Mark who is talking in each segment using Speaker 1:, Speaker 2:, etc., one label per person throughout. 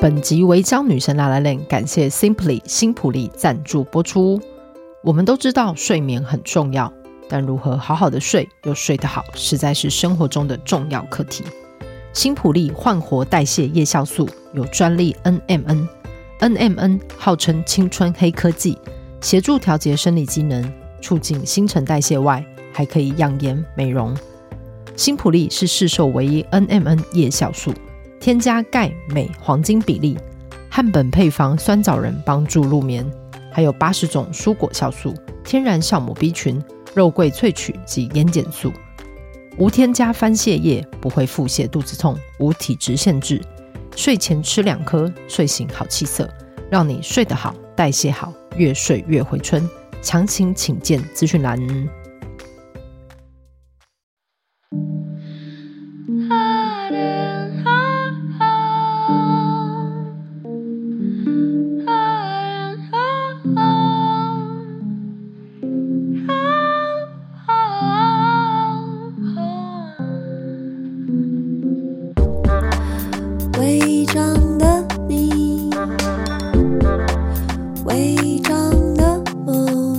Speaker 1: 本集违章女神拉拉链，感谢 Simply 新普利赞助播出。我们都知道睡眠很重要，但如何好好的睡又睡得好，实在是生活中的重要课题。新普利焕活代谢叶酵素有专利 NMN，NMN 号称青春黑科技，协助调节生理机能，促进新陈代谢外，还可以养颜美容。新普利是市售唯一 NMN 叶酵素，添加钙、镁、黄金比例，汉本配方酸枣仁帮助入眠，还有八十种蔬果酵素、天然酵母 B 群、肉桂萃取及烟碱素，无添加番泻叶，不会腹泻、肚子痛，无体质限制。睡前吃两颗，睡醒好气色，让你睡得好，代谢好，越睡越回春。详情请见资讯栏。
Speaker 2: 伪装的你，伪装的我，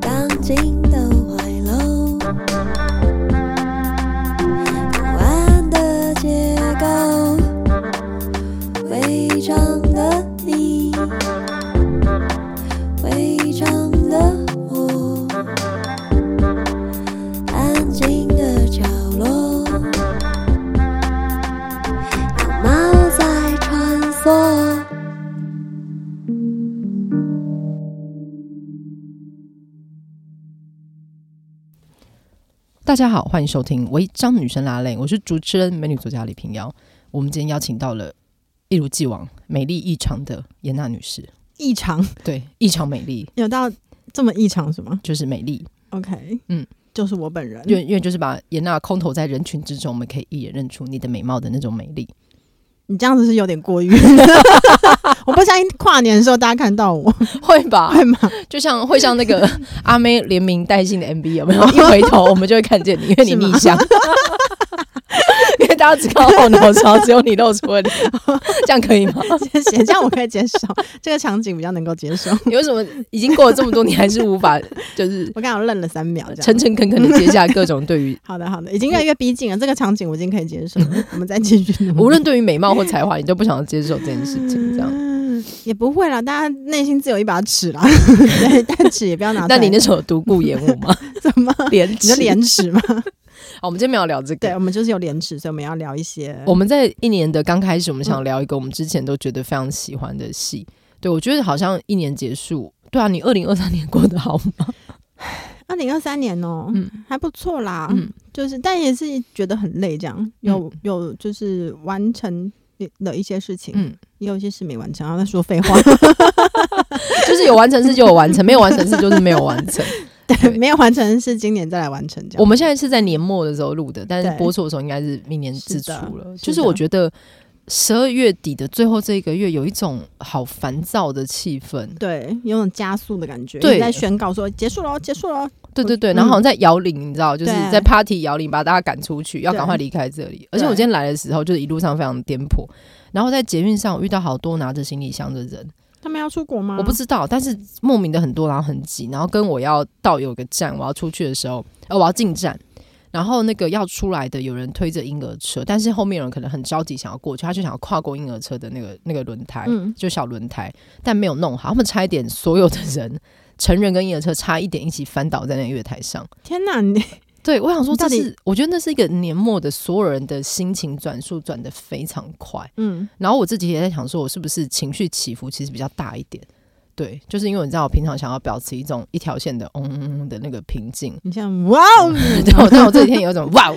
Speaker 2: 钢筋的怀楼，不安的结构，伪装的你，伪装的我，安静的角落。猫在穿梭。
Speaker 1: 大家好，欢迎收听《违章女神拉蕾》，我是主持人美女作家李平遥。我们今天邀请到了一如既往美丽异常的严娜女士，
Speaker 3: 异常，
Speaker 1: 对，异常美丽
Speaker 3: 有到这么异常是吗
Speaker 1: 就是美丽，
Speaker 3: ？OK，
Speaker 1: 嗯，
Speaker 3: 就是我本人
Speaker 1: 因。为因为就是把严娜空投在人群之中，我们可以一眼认出你的美貌的那种美 丽。
Speaker 3: 你这样子是有点过于， 我不相信跨年的时候大家看到我，
Speaker 1: 会吧？
Speaker 3: 会吗？
Speaker 1: 就像会像那 个阿妹连名带姓的 MV 有没有？一回头我们就会看见你，因为你
Speaker 3: 是吗
Speaker 1: 逆 向。因为大家只看到后脑勺，只有你露出了脸，这样可以吗？
Speaker 3: 谢谢，这样我可以接受， 这个场景比较能够接受。
Speaker 1: 你为什么已经过了这么多年，还是无法就是
Speaker 3: 我刚好愣了三秒，这
Speaker 1: 诚
Speaker 3: 样。
Speaker 1: 诚恳恳的接下各种对 于
Speaker 3: 好的，好的，已经越来越逼近了，这个场景我已经可以接受了。我们再继续努力，
Speaker 1: 无论对于美貌或才华，你都不想要接受这件事情，这
Speaker 3: 嗯
Speaker 1: 样。
Speaker 3: 也不会啦，大家内心自有一把尺 啦，对，但尺也不要拿出
Speaker 1: 那
Speaker 3: 来。
Speaker 1: 你那时候有独孤演武吗？
Speaker 3: 怎么？
Speaker 1: 廉
Speaker 3: 你的
Speaker 1: 耻，
Speaker 3: 廉耻吗？
Speaker 1: 哦好，我们今天没有聊这个
Speaker 3: 对，。我们就是有廉耻，所以我们要聊一些
Speaker 1: 我们在一年的刚开始，我们
Speaker 3: 嗯
Speaker 1: 想聊一个我们之前都觉得非常喜欢的戏。对，我觉得好像一年结束，对啊，你二零二三年过得好 吗？
Speaker 3: 二零二三年哦、
Speaker 1: 嗯
Speaker 3: 还不错啦，
Speaker 1: 嗯
Speaker 3: 就是但也是觉得很累，这样有、有就是完成的一些事情，
Speaker 1: 嗯，
Speaker 3: 也有一些事没完成，然后在说废话，
Speaker 1: 就是有完成事就有完成，没有完成事就是没有完成。 对
Speaker 3: 对，没有完成的是今年再来完成这
Speaker 1: 我
Speaker 3: 样。
Speaker 1: 们现在是在年末的时候录的，但是
Speaker 3: 对
Speaker 1: 播出的时候应该是明年之
Speaker 3: 是
Speaker 1: 初
Speaker 3: 的
Speaker 1: 了。
Speaker 3: 是
Speaker 1: 就是
Speaker 3: 的
Speaker 1: 我觉得十二月底的最后这一个月，有一种好烦躁的气氛。
Speaker 3: 对，有种加速的感觉，
Speaker 1: 对
Speaker 3: 一直在宣告说结束喽，结束喽。
Speaker 1: 对对对，
Speaker 3: 嗯
Speaker 1: 然后好像在摇铃，你知道，就是
Speaker 3: 对
Speaker 1: 在 party 摇铃，把大家赶出去，要
Speaker 3: 对
Speaker 1: 赶快离开这里。而且我今天来的时候，就是一路上非常颠簸，然后在捷运上我遇到好多拿着行李箱的人，
Speaker 3: 他们要出国吗？
Speaker 1: 我不知道，但是莫名的很多，然后很挤，然后跟我要到有个站，我要出去的时候，呃，我要进站。然后那个要出来的有人推着婴儿车，但是后面有人可能很着急想要过去，他就想要跨过婴儿车的那个那个轮胎，
Speaker 3: 嗯
Speaker 1: 就小轮胎，但没有弄好，他们差一点所有的人，成人跟婴儿车差一点一起翻倒在那个月台上。
Speaker 3: 天 哪，你
Speaker 1: 对，我想说，这
Speaker 3: 到底
Speaker 1: 是我觉得那是一个年末的所有人的心情转速转得非常快，
Speaker 3: 嗯，，
Speaker 1: 然后我自己也在想，说我是不是情绪起伏其实比较大一点？对，就是因为你知道，我平常想要保持一种一条线的嗡嗡嗡的那个平静
Speaker 3: 你像
Speaker 1: 嗯
Speaker 3: 哇哦，
Speaker 1: 对，我但我这几天有一种 哇呜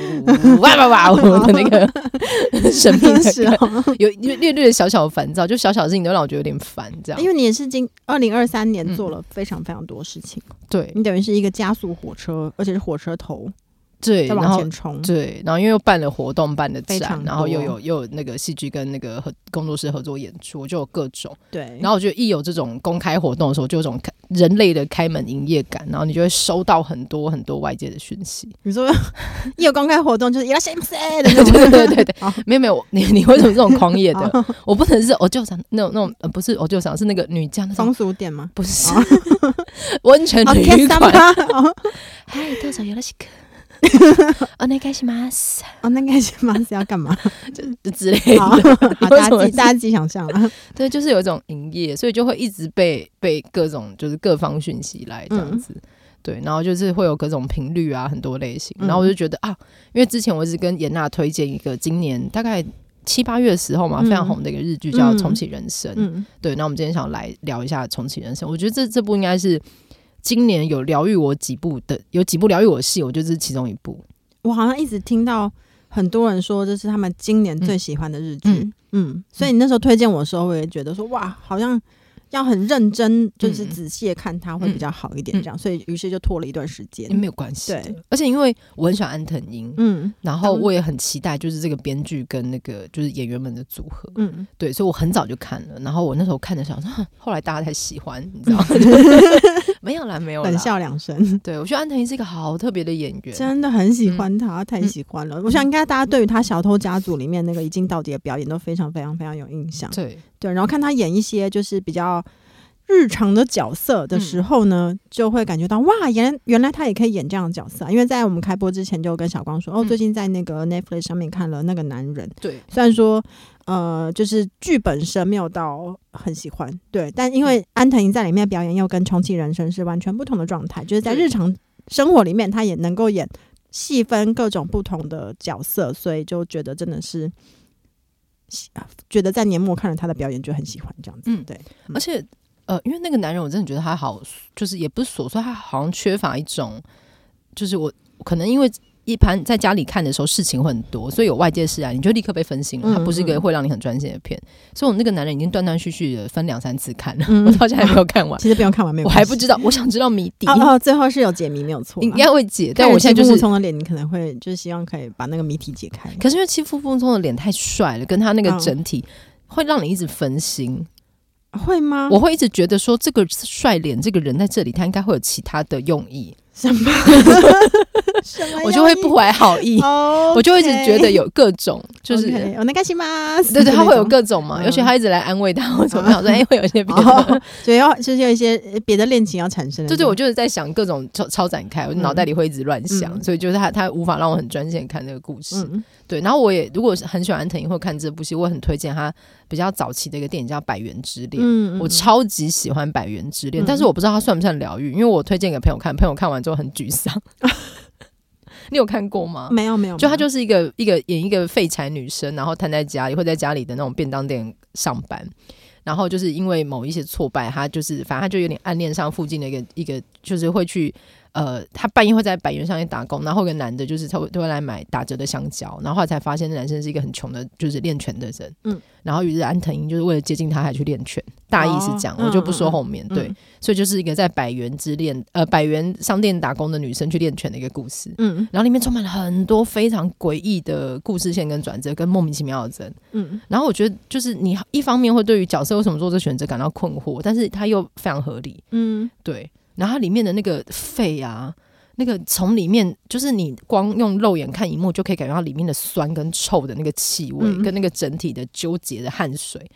Speaker 1: 哇哇哇呜的那个神秘
Speaker 3: 真
Speaker 1: 的
Speaker 3: 是哦，
Speaker 1: 有有略略的小小的烦躁，就小小的事情都让我觉得有点烦，这样
Speaker 3: 因。为你也是今二零二三年
Speaker 1: 嗯
Speaker 3: 做了非常非常多事情，
Speaker 1: 对
Speaker 3: 你等于是一个加速火车，而且是火车头
Speaker 1: 对，
Speaker 3: 在
Speaker 1: 然
Speaker 3: 往
Speaker 1: 后
Speaker 3: 前冲，
Speaker 1: 对，然后因为又办了活动，办了
Speaker 3: 非
Speaker 1: 展
Speaker 3: 常，
Speaker 1: 然后又
Speaker 3: 多
Speaker 1: 有又有那个戏剧跟那个合工作室合作演出，就有各种。
Speaker 3: 对，
Speaker 1: 然后我觉得一有这种公开活动的时候，就有种开人类的开门营业感，然后你就会收到很多很多外界的讯息。
Speaker 3: 你说一有公开活动就是要先塞的
Speaker 1: 对对
Speaker 3: 那种，
Speaker 1: 对对对对
Speaker 3: 好，
Speaker 1: 没有没有， 你你为什么这种狂野的？
Speaker 3: 哦
Speaker 1: 我不能是我就想那种那种呃不是我就想是那个女将那种
Speaker 3: 风俗店吗？
Speaker 1: 不是
Speaker 3: 哦
Speaker 1: 温泉
Speaker 3: 哦，
Speaker 1: 旅
Speaker 3: 天三
Speaker 1: 馆。
Speaker 3: 吗？哦，
Speaker 1: 嗨，どうぞよろしく。 お願いします
Speaker 3: 哦那个是吗？是要 干嘛？
Speaker 1: 之类
Speaker 3: 好，
Speaker 1: 的。
Speaker 3: 好大家自
Speaker 1: 为什么
Speaker 3: 己大家自己想象 啊。
Speaker 1: 对，就是有一种营业，所以就会一直被被各种就是各方讯息来这
Speaker 3: 嗯
Speaker 1: 样子。对，然后就是会有各种频率啊，很多类型。
Speaker 3: 嗯
Speaker 1: 然后我就觉得、啊，因为之前我一直跟严娜推荐一个今年大概七八月的时候嘛，
Speaker 3: 嗯
Speaker 1: 非常红的一个日剧叫
Speaker 3: 嗯
Speaker 1: 《重启人生》。
Speaker 3: 嗯，
Speaker 1: 对，那我们今天想来聊一下《重启人生》，我觉得这这部应该是今年有疗愈我几部的，有几部疗愈我的戏，我觉得这是其中一部。
Speaker 3: 我好像一直听到很多人说这是他们今年最喜欢的日剧。
Speaker 1: 嗯
Speaker 3: 嗯所以你那时候推荐我的时候，我也觉得说哇，好像。要很认真，就是
Speaker 1: 嗯
Speaker 3: 仔细地看它会比较好一点，这样，所以于是就拖了一段时间。
Speaker 1: 没有关系的
Speaker 3: 对，
Speaker 1: 而且因为我很喜欢安藤英，
Speaker 3: 嗯
Speaker 1: 然后
Speaker 3: 嗯
Speaker 1: 我也很期待就是这个编剧跟那个就是演员们的组合，
Speaker 3: 嗯，
Speaker 1: 对，所以我很早就看了，然后我那时候看的想说，哼后来大家才喜欢，你知道吗？ 没有啦，没有
Speaker 3: 冷
Speaker 1: 啦。
Speaker 3: 笑两声，
Speaker 1: 对，我觉得安藤英是一个好特别的演员，
Speaker 3: 真的很喜欢他，太喜欢了。我想应该大家对于他《小偷家族》里面那个一镜到底的表演都非常非常非常有印象。
Speaker 1: 对，
Speaker 3: 对，然后看他演一些就是比较日常的角色的时候呢，就会感觉到哇，原来原来他也可以演这样的角色、啊。因为在我们开播之前就跟小光说，哦，
Speaker 1: 嗯
Speaker 3: 最近在那个 Netflix 上面看了那个男人，
Speaker 1: 对，
Speaker 3: 虽然说呃，就是剧本身没有到很喜欢，对，但因
Speaker 1: 嗯
Speaker 3: 为安藤英在里面的表演又跟重启人生是完全不同的状态，就是在
Speaker 1: 对
Speaker 3: 日常生活里面他也能够演细分各种不同的角色，所以就觉得真的是。喜啊觉得在年末看了他的表演就很喜欢这样子，
Speaker 1: 嗯
Speaker 3: 对，
Speaker 1: 而且呃，因为那个男人，我真的觉得他好，就是也不是琐碎，他好像缺乏一种，就是我可能因为一盘在家里看的时候事情会很多，所以有外界事啊，你就立刻被分心了。
Speaker 3: 嗯
Speaker 1: 它不是一个
Speaker 3: 嗯
Speaker 1: 会让你很专心的片，所以我那个男人已经断断续续的分两三次看了，
Speaker 3: 嗯
Speaker 1: 我到现在还没有看完，
Speaker 3: 其实不用看 完没有
Speaker 1: 我
Speaker 3: 关系，
Speaker 1: 还不知道，我想知道 谜底，
Speaker 3: 哦哦，最后是有解谜没有错啦，
Speaker 1: 应该会解，
Speaker 3: 看
Speaker 1: 但
Speaker 3: 了
Speaker 1: 我现在就
Speaker 3: 金木
Speaker 1: 是。
Speaker 3: 聪的脸，你可能会就是希望可以把那个谜题解开，
Speaker 1: 可是因为欺负风聪的脸太帅了，跟他那个
Speaker 3: 嗯
Speaker 1: 整体。会让你一直分心，
Speaker 3: 会吗？
Speaker 1: 我会一直觉得说这个帅脸这个人在这里，他应该会有其他的用意，
Speaker 3: 什么？ 什么？
Speaker 1: 我就会不怀好意。
Speaker 3: 哦，
Speaker 1: 我就会一直觉得有各种，就是
Speaker 3: 我那开心吗？
Speaker 1: 对对，他 会有各种嘛，
Speaker 3: 嗯
Speaker 1: 尤其他一直来安慰他，我怎么想说，哎，会有一些别的
Speaker 3: 啊哦，，所以要就是有一些别的恋情要产生的。
Speaker 1: 对对，我就是在想各种超超展开，我
Speaker 3: 嗯
Speaker 1: 脑袋里会一直乱想，
Speaker 3: 嗯
Speaker 1: 所以就是他他无法让我很专心地看这个故事。
Speaker 3: 嗯
Speaker 1: 对，然后我也如果是很喜欢安藤英或看这部戏，我很推荐他比较早期的一个电影叫《百元之恋》。
Speaker 3: 嗯
Speaker 1: 我超级喜欢《百元之恋》
Speaker 3: 嗯
Speaker 1: 但是我不知道它算不算疗愈，因为我推荐给朋友看，朋友看完之后很沮 丧。 你有看过吗？
Speaker 3: 没有没有，
Speaker 1: 就她就是一个一个演一个废柴女生，然后瘫在家里，会在家里的那种便当店上班。然后就是因为某一些挫败，她就是反正她就有点暗恋上附近的一个一个，就是会去呃，她半夜会在百元商店打工，然后有个男的就是他会都会来买打折的香蕉，然后后来才发现那男生是一个很穷的，就是练拳的人。
Speaker 3: 嗯，
Speaker 1: 然后于是安藤英就是为了接近他，还去练拳，大意是这样，
Speaker 3: 哦
Speaker 1: 我就不说后面。对，
Speaker 3: 嗯
Speaker 1: 所以就是一个在百元之恋呃百元商店打工的女生去练拳的一个故事。
Speaker 3: 嗯
Speaker 1: 然后里面充满了很多非常诡异的故事线跟转折，跟莫名其妙的人。
Speaker 3: 嗯
Speaker 1: 然后我觉得，就是你一方面会对于角色为什么做这选择感到困惑，但是它又非常合理。
Speaker 3: 嗯
Speaker 1: 对，然后它里面的那个肺啊，那个从里面就是你光用肉眼看荧幕就可以感觉到里面的酸跟臭的那个气味，
Speaker 3: 嗯
Speaker 1: 跟那个整体的纠结的汗水。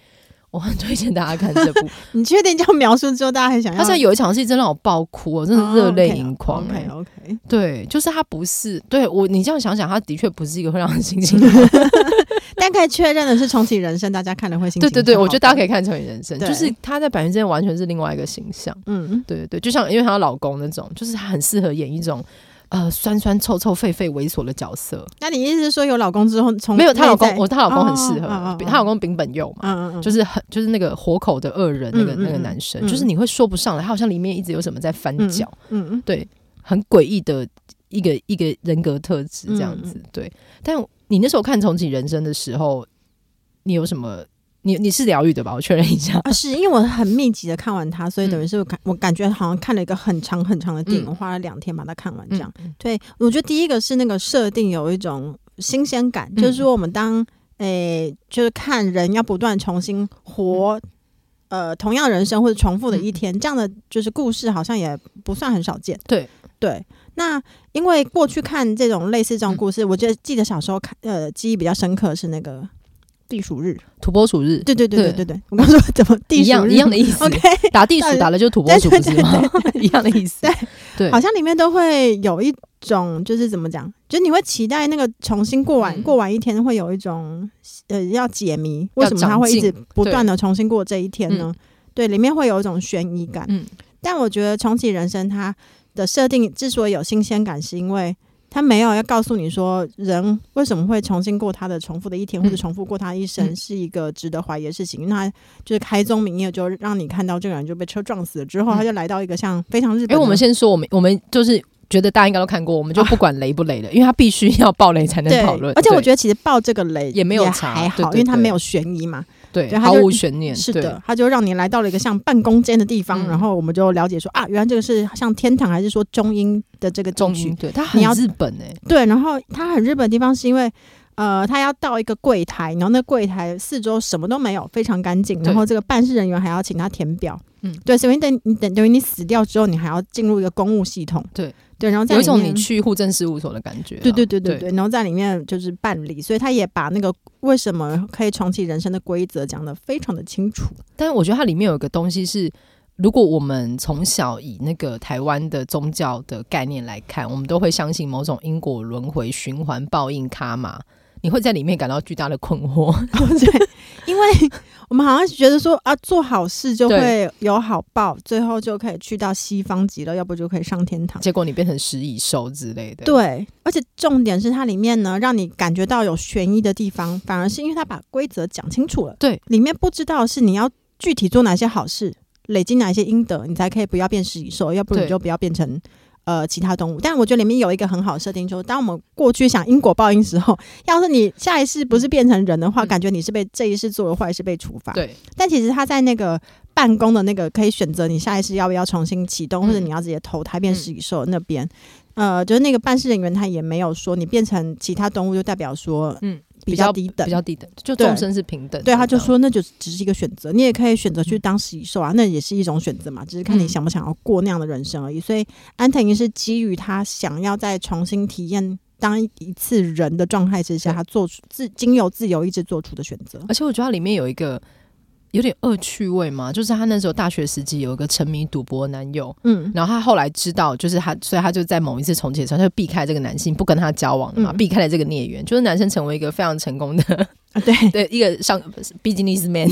Speaker 1: 我很推荐大家看这 部，
Speaker 3: 你确定这样描述之后，大家还想要？哦
Speaker 1: 它现在有一场戏真让我爆哭、哦，真的热泪盈眶、哎。
Speaker 3: OK OK，
Speaker 1: 对，就是他不是对我，你这样想想，他的确不是一个会让人心情 好。
Speaker 3: 但可以确认的是，重启人生，大家看了会心
Speaker 1: 对对对，我觉得大家可
Speaker 3: 以
Speaker 1: 以看《成语人生》，就
Speaker 3: 对
Speaker 1: 是他在百元之间完全是另外一个形象。
Speaker 3: 嗯
Speaker 1: 对对对，就像因为她老公那种，就是他很适合演一种呃酸酸臭臭、沸沸猥琐的角色。
Speaker 3: 那你意思是说有老公之后，从
Speaker 1: 没有她老公，我她老公很适合
Speaker 3: 哦哦哦，
Speaker 1: 比她老公丙本佑嘛。
Speaker 3: 嗯嗯
Speaker 1: 就是很就是那个活口的恶人，那个
Speaker 3: 嗯嗯
Speaker 1: 那个
Speaker 3: 嗯
Speaker 1: 男生，
Speaker 3: 嗯
Speaker 1: 就是你会说不上来，他好像里面一直有什么在翻
Speaker 3: 嗯
Speaker 1: 搅，
Speaker 3: 嗯嗯
Speaker 1: 对，很诡异的一个一个人格特质这样
Speaker 3: 嗯
Speaker 1: 子。对，但你那时候看《重启人生》的时候，你有什么？你你是疗愈的吧？我确认一下。
Speaker 3: 啊，是因为我很密集的看完它，所以等于
Speaker 1: 嗯
Speaker 3: 是我感我感觉好像看了一个很长很长的电影，
Speaker 1: 嗯
Speaker 3: 我花了两天把它看完这
Speaker 1: 嗯
Speaker 3: 样。对，我觉得第一个是那个设定有一种新鲜感，
Speaker 1: 嗯
Speaker 3: 就是说我们当诶、就是看人要不断重新活。
Speaker 1: 嗯
Speaker 3: 呃同样人生或者重复的一天，这样的就是故事好像也不算很少见。
Speaker 1: 对
Speaker 3: 对，那因为过去看这种类似这种
Speaker 1: 嗯
Speaker 3: 故事，我记得记得小时候看，呃，记忆比较深刻是那个地鼠日。
Speaker 1: 土拨鼠日，
Speaker 3: 对对对对
Speaker 1: 对
Speaker 3: 对对，我刚说怎么地
Speaker 1: 一
Speaker 3: 鼠
Speaker 1: 样
Speaker 3: 日
Speaker 1: 一样的意思
Speaker 3: OK，
Speaker 1: 打地鼠打的就是土拨鼠，不
Speaker 3: 对
Speaker 1: 是
Speaker 3: 对对
Speaker 1: 吗？一样的意思。对
Speaker 3: 好像里面都会有一种，就是怎么讲，就是你会期待那个重新过完、
Speaker 1: 嗯
Speaker 3: 过完一天，会有一种呃要解谜，为
Speaker 1: 要
Speaker 3: 什么
Speaker 1: 长
Speaker 3: 他会一
Speaker 1: 进
Speaker 3: 直不断的重新过这一天呢？对，里面会有一种悬疑感。
Speaker 1: 嗯
Speaker 3: 但我觉得重启人生它的设定之所以有新鲜感，是因为它没有要告诉你说人为什么会重新过他的重复的一天，或者
Speaker 1: 嗯
Speaker 3: 重复过他一生，
Speaker 1: 嗯
Speaker 3: 是一个值得怀疑的事情。因为他就是开宗明义，就让你看到这个人就被车撞死了之后，
Speaker 1: 嗯
Speaker 3: 他就来到一个像非常日
Speaker 1: 哎，
Speaker 3: 本的。
Speaker 1: 我们先说，我们我们就是觉得大家应该都看过，我们就不管雷不雷了，因为它必须要爆雷才能
Speaker 3: 对
Speaker 1: 讨论。
Speaker 3: 而且我觉
Speaker 1: 得
Speaker 3: 得其实爆这个雷
Speaker 1: 也没有差
Speaker 3: 还
Speaker 1: 对
Speaker 3: 好，
Speaker 1: 对
Speaker 3: 因为它
Speaker 1: 对
Speaker 3: 没有悬疑嘛。
Speaker 1: 对，
Speaker 3: 对它
Speaker 1: 毫
Speaker 3: 就
Speaker 1: 无悬念。
Speaker 3: 是
Speaker 1: 对
Speaker 3: 的，，它就让你来到了一个像办公间的地方，
Speaker 1: 嗯
Speaker 3: 然后我们就了解说啊，原来这个是像天堂还是说中英的这个地
Speaker 1: 中
Speaker 3: 区
Speaker 1: 英对它很
Speaker 3: 你要
Speaker 1: 日本哎，
Speaker 3: 对，然后它很日本的地方是因为。呃，他要到一个柜台，然后那柜台四周什么都没有，非常干净。
Speaker 1: 对
Speaker 3: 然后这个办事人员还要请他填表，
Speaker 1: 嗯
Speaker 3: 对，所以你等你等等于你死掉之后，你还要进入一个公务系统，
Speaker 1: 对
Speaker 3: 对，然后在
Speaker 1: 有一
Speaker 3: 里
Speaker 1: 种
Speaker 3: 面
Speaker 1: 你去户政事务所的感觉啊。
Speaker 3: 对对对对
Speaker 1: 对
Speaker 3: 对，然后在里面就是办理，所以他也把那个为什么可以重启人生的规则讲得非常的清楚。
Speaker 1: 但是我觉得它里面有一个东西是，如果我们从小以那个台湾的宗教的概念来看，我们都会相信某种因果轮回、循环报应、卡玛。你会在里面感到巨大的困惑，
Speaker 3: 对，因为我们好像觉得说啊，做好事就
Speaker 1: 对
Speaker 3: 会有好报，最后就可以去到西方极乐，要不就可以上天堂。
Speaker 1: 结果你变成食蚁兽之类的。
Speaker 3: 对，而且重点是它里面呢，让你感觉到有悬疑的地方，反而是因为它把规则讲清楚了。
Speaker 1: 对，
Speaker 3: 里面不知道的是你要具体做哪些好事，累积哪些阴德，你才可以不要变食蚁兽，要不然
Speaker 1: 对
Speaker 3: 你就不要变成呃其他动物。但我觉得里面有一个很好的设定，就是当我们过去想因果报应时候， 要是你下一世不是变成人的话，
Speaker 1: 嗯
Speaker 3: 感觉你是被这一世做了坏事被处罚。
Speaker 1: 对
Speaker 3: 但其实他在那个办公的那个可以选择你下一次要不要重新启动，
Speaker 1: 嗯
Speaker 3: 或者你要直接投胎变食蚁兽那边，呃，就是那个办事人员他也没有说你变成其他动物就代表说
Speaker 1: 嗯
Speaker 3: 比
Speaker 1: 比较
Speaker 3: 较低等
Speaker 1: 比。较低等，就
Speaker 3: 对
Speaker 1: 众生是平等的。
Speaker 3: 对，他
Speaker 1: 这
Speaker 3: 就
Speaker 1: 样
Speaker 3: 说那就只是一个选择，你也可以选择去当食蚁兽啊，那也是一种选择嘛，只是看你
Speaker 1: 嗯
Speaker 3: 想不想要过那样的人生而已。所以安藤英是基于他想要再重新体验当一次人的状态之下，
Speaker 1: 对呃
Speaker 3: 他做出自经由自由意志做出的选择。
Speaker 1: 而且我觉得它里面有一个有点恶趣味嘛，就是她那时候大学时期有一个沉迷赌博男友，
Speaker 3: 嗯，
Speaker 1: 然后她后来知道，就是她，所以她就在某一次重启的时候，她就避开这个男性，不跟他交往了嘛，
Speaker 3: 嗯
Speaker 1: 避开了这个孽缘，就是男生成为一个非常成功 的，
Speaker 3: 啊对，
Speaker 1: 对一个上 business man，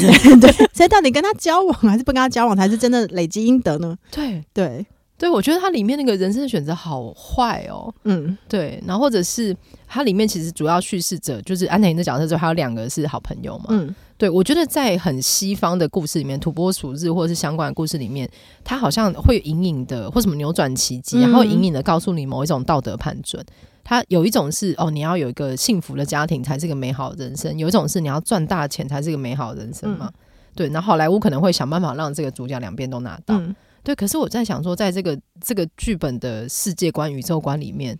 Speaker 3: 所以到底跟他交往还是不跟他交往才是真的累积阴德呢？
Speaker 1: 对
Speaker 3: 对，
Speaker 1: 对，我觉得它里面那个人生的选择好坏哦，
Speaker 3: 嗯，
Speaker 1: 对，然后或者是它里面其实主要叙事者就是安藤英的角色之后，还有两个是好朋友嘛，
Speaker 3: 嗯，
Speaker 1: 对，我觉得在很西方的故事里面，土拨鼠日或者是相关的故事里面，它好像会隐隐的或什么扭转奇迹，
Speaker 3: 嗯
Speaker 1: 然后隐隐的告诉你某一种道德判准。它有一种是哦，你要有一个幸福的家庭才是一个美好的人生；有一种是你要赚大钱才是一个美好的人生嘛。
Speaker 3: 嗯
Speaker 1: 对，然后好莱坞可能会想办法让这个主角两边都拿到。
Speaker 3: 嗯，
Speaker 1: 对，可是我在想说，在这个这个剧本的世界观、宇宙观里面，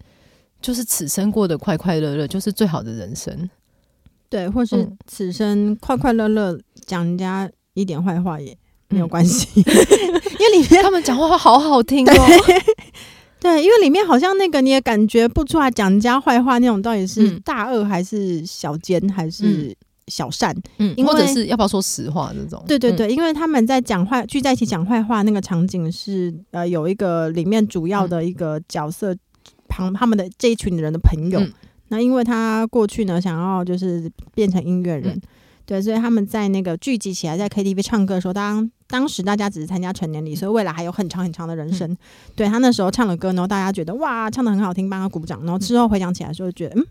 Speaker 1: 就是此生过得快快乐乐，就是最好的人生。
Speaker 3: 对，或是
Speaker 1: 嗯
Speaker 3: 此生快快乐乐讲人家一点坏话也
Speaker 1: 嗯
Speaker 3: 没有关系， 因为里面
Speaker 1: 他们讲话好好听哦。
Speaker 3: 对，因为里面好像那个你也感觉不出来讲人家坏话那种到底是
Speaker 1: 嗯
Speaker 3: 大恶还是小奸还是小善，
Speaker 1: 嗯，
Speaker 3: 因
Speaker 1: 或者
Speaker 3: 为
Speaker 1: 是要不要说实话这种？
Speaker 3: 对对
Speaker 1: 嗯，
Speaker 3: 对，因为他们在讲坏聚在一起讲坏话那个场景是呃有一个里面主
Speaker 1: 嗯
Speaker 3: 要的一个角色旁他们的这一群人的朋友，
Speaker 1: 嗯
Speaker 3: 那因为他过去呢想要就是变成音乐人，
Speaker 1: 嗯
Speaker 3: 对，所以他们在那个聚集起来在 KTV 唱歌的时候，当当时大家只是参加成年
Speaker 1: 嗯
Speaker 3: 礼，所以未来还有很长很长的人生。对他那时候唱了歌，然后大家觉得哇唱的很好听，帮他鼓掌，然
Speaker 1: 嗯
Speaker 3: 后之后回想起来就觉得嗯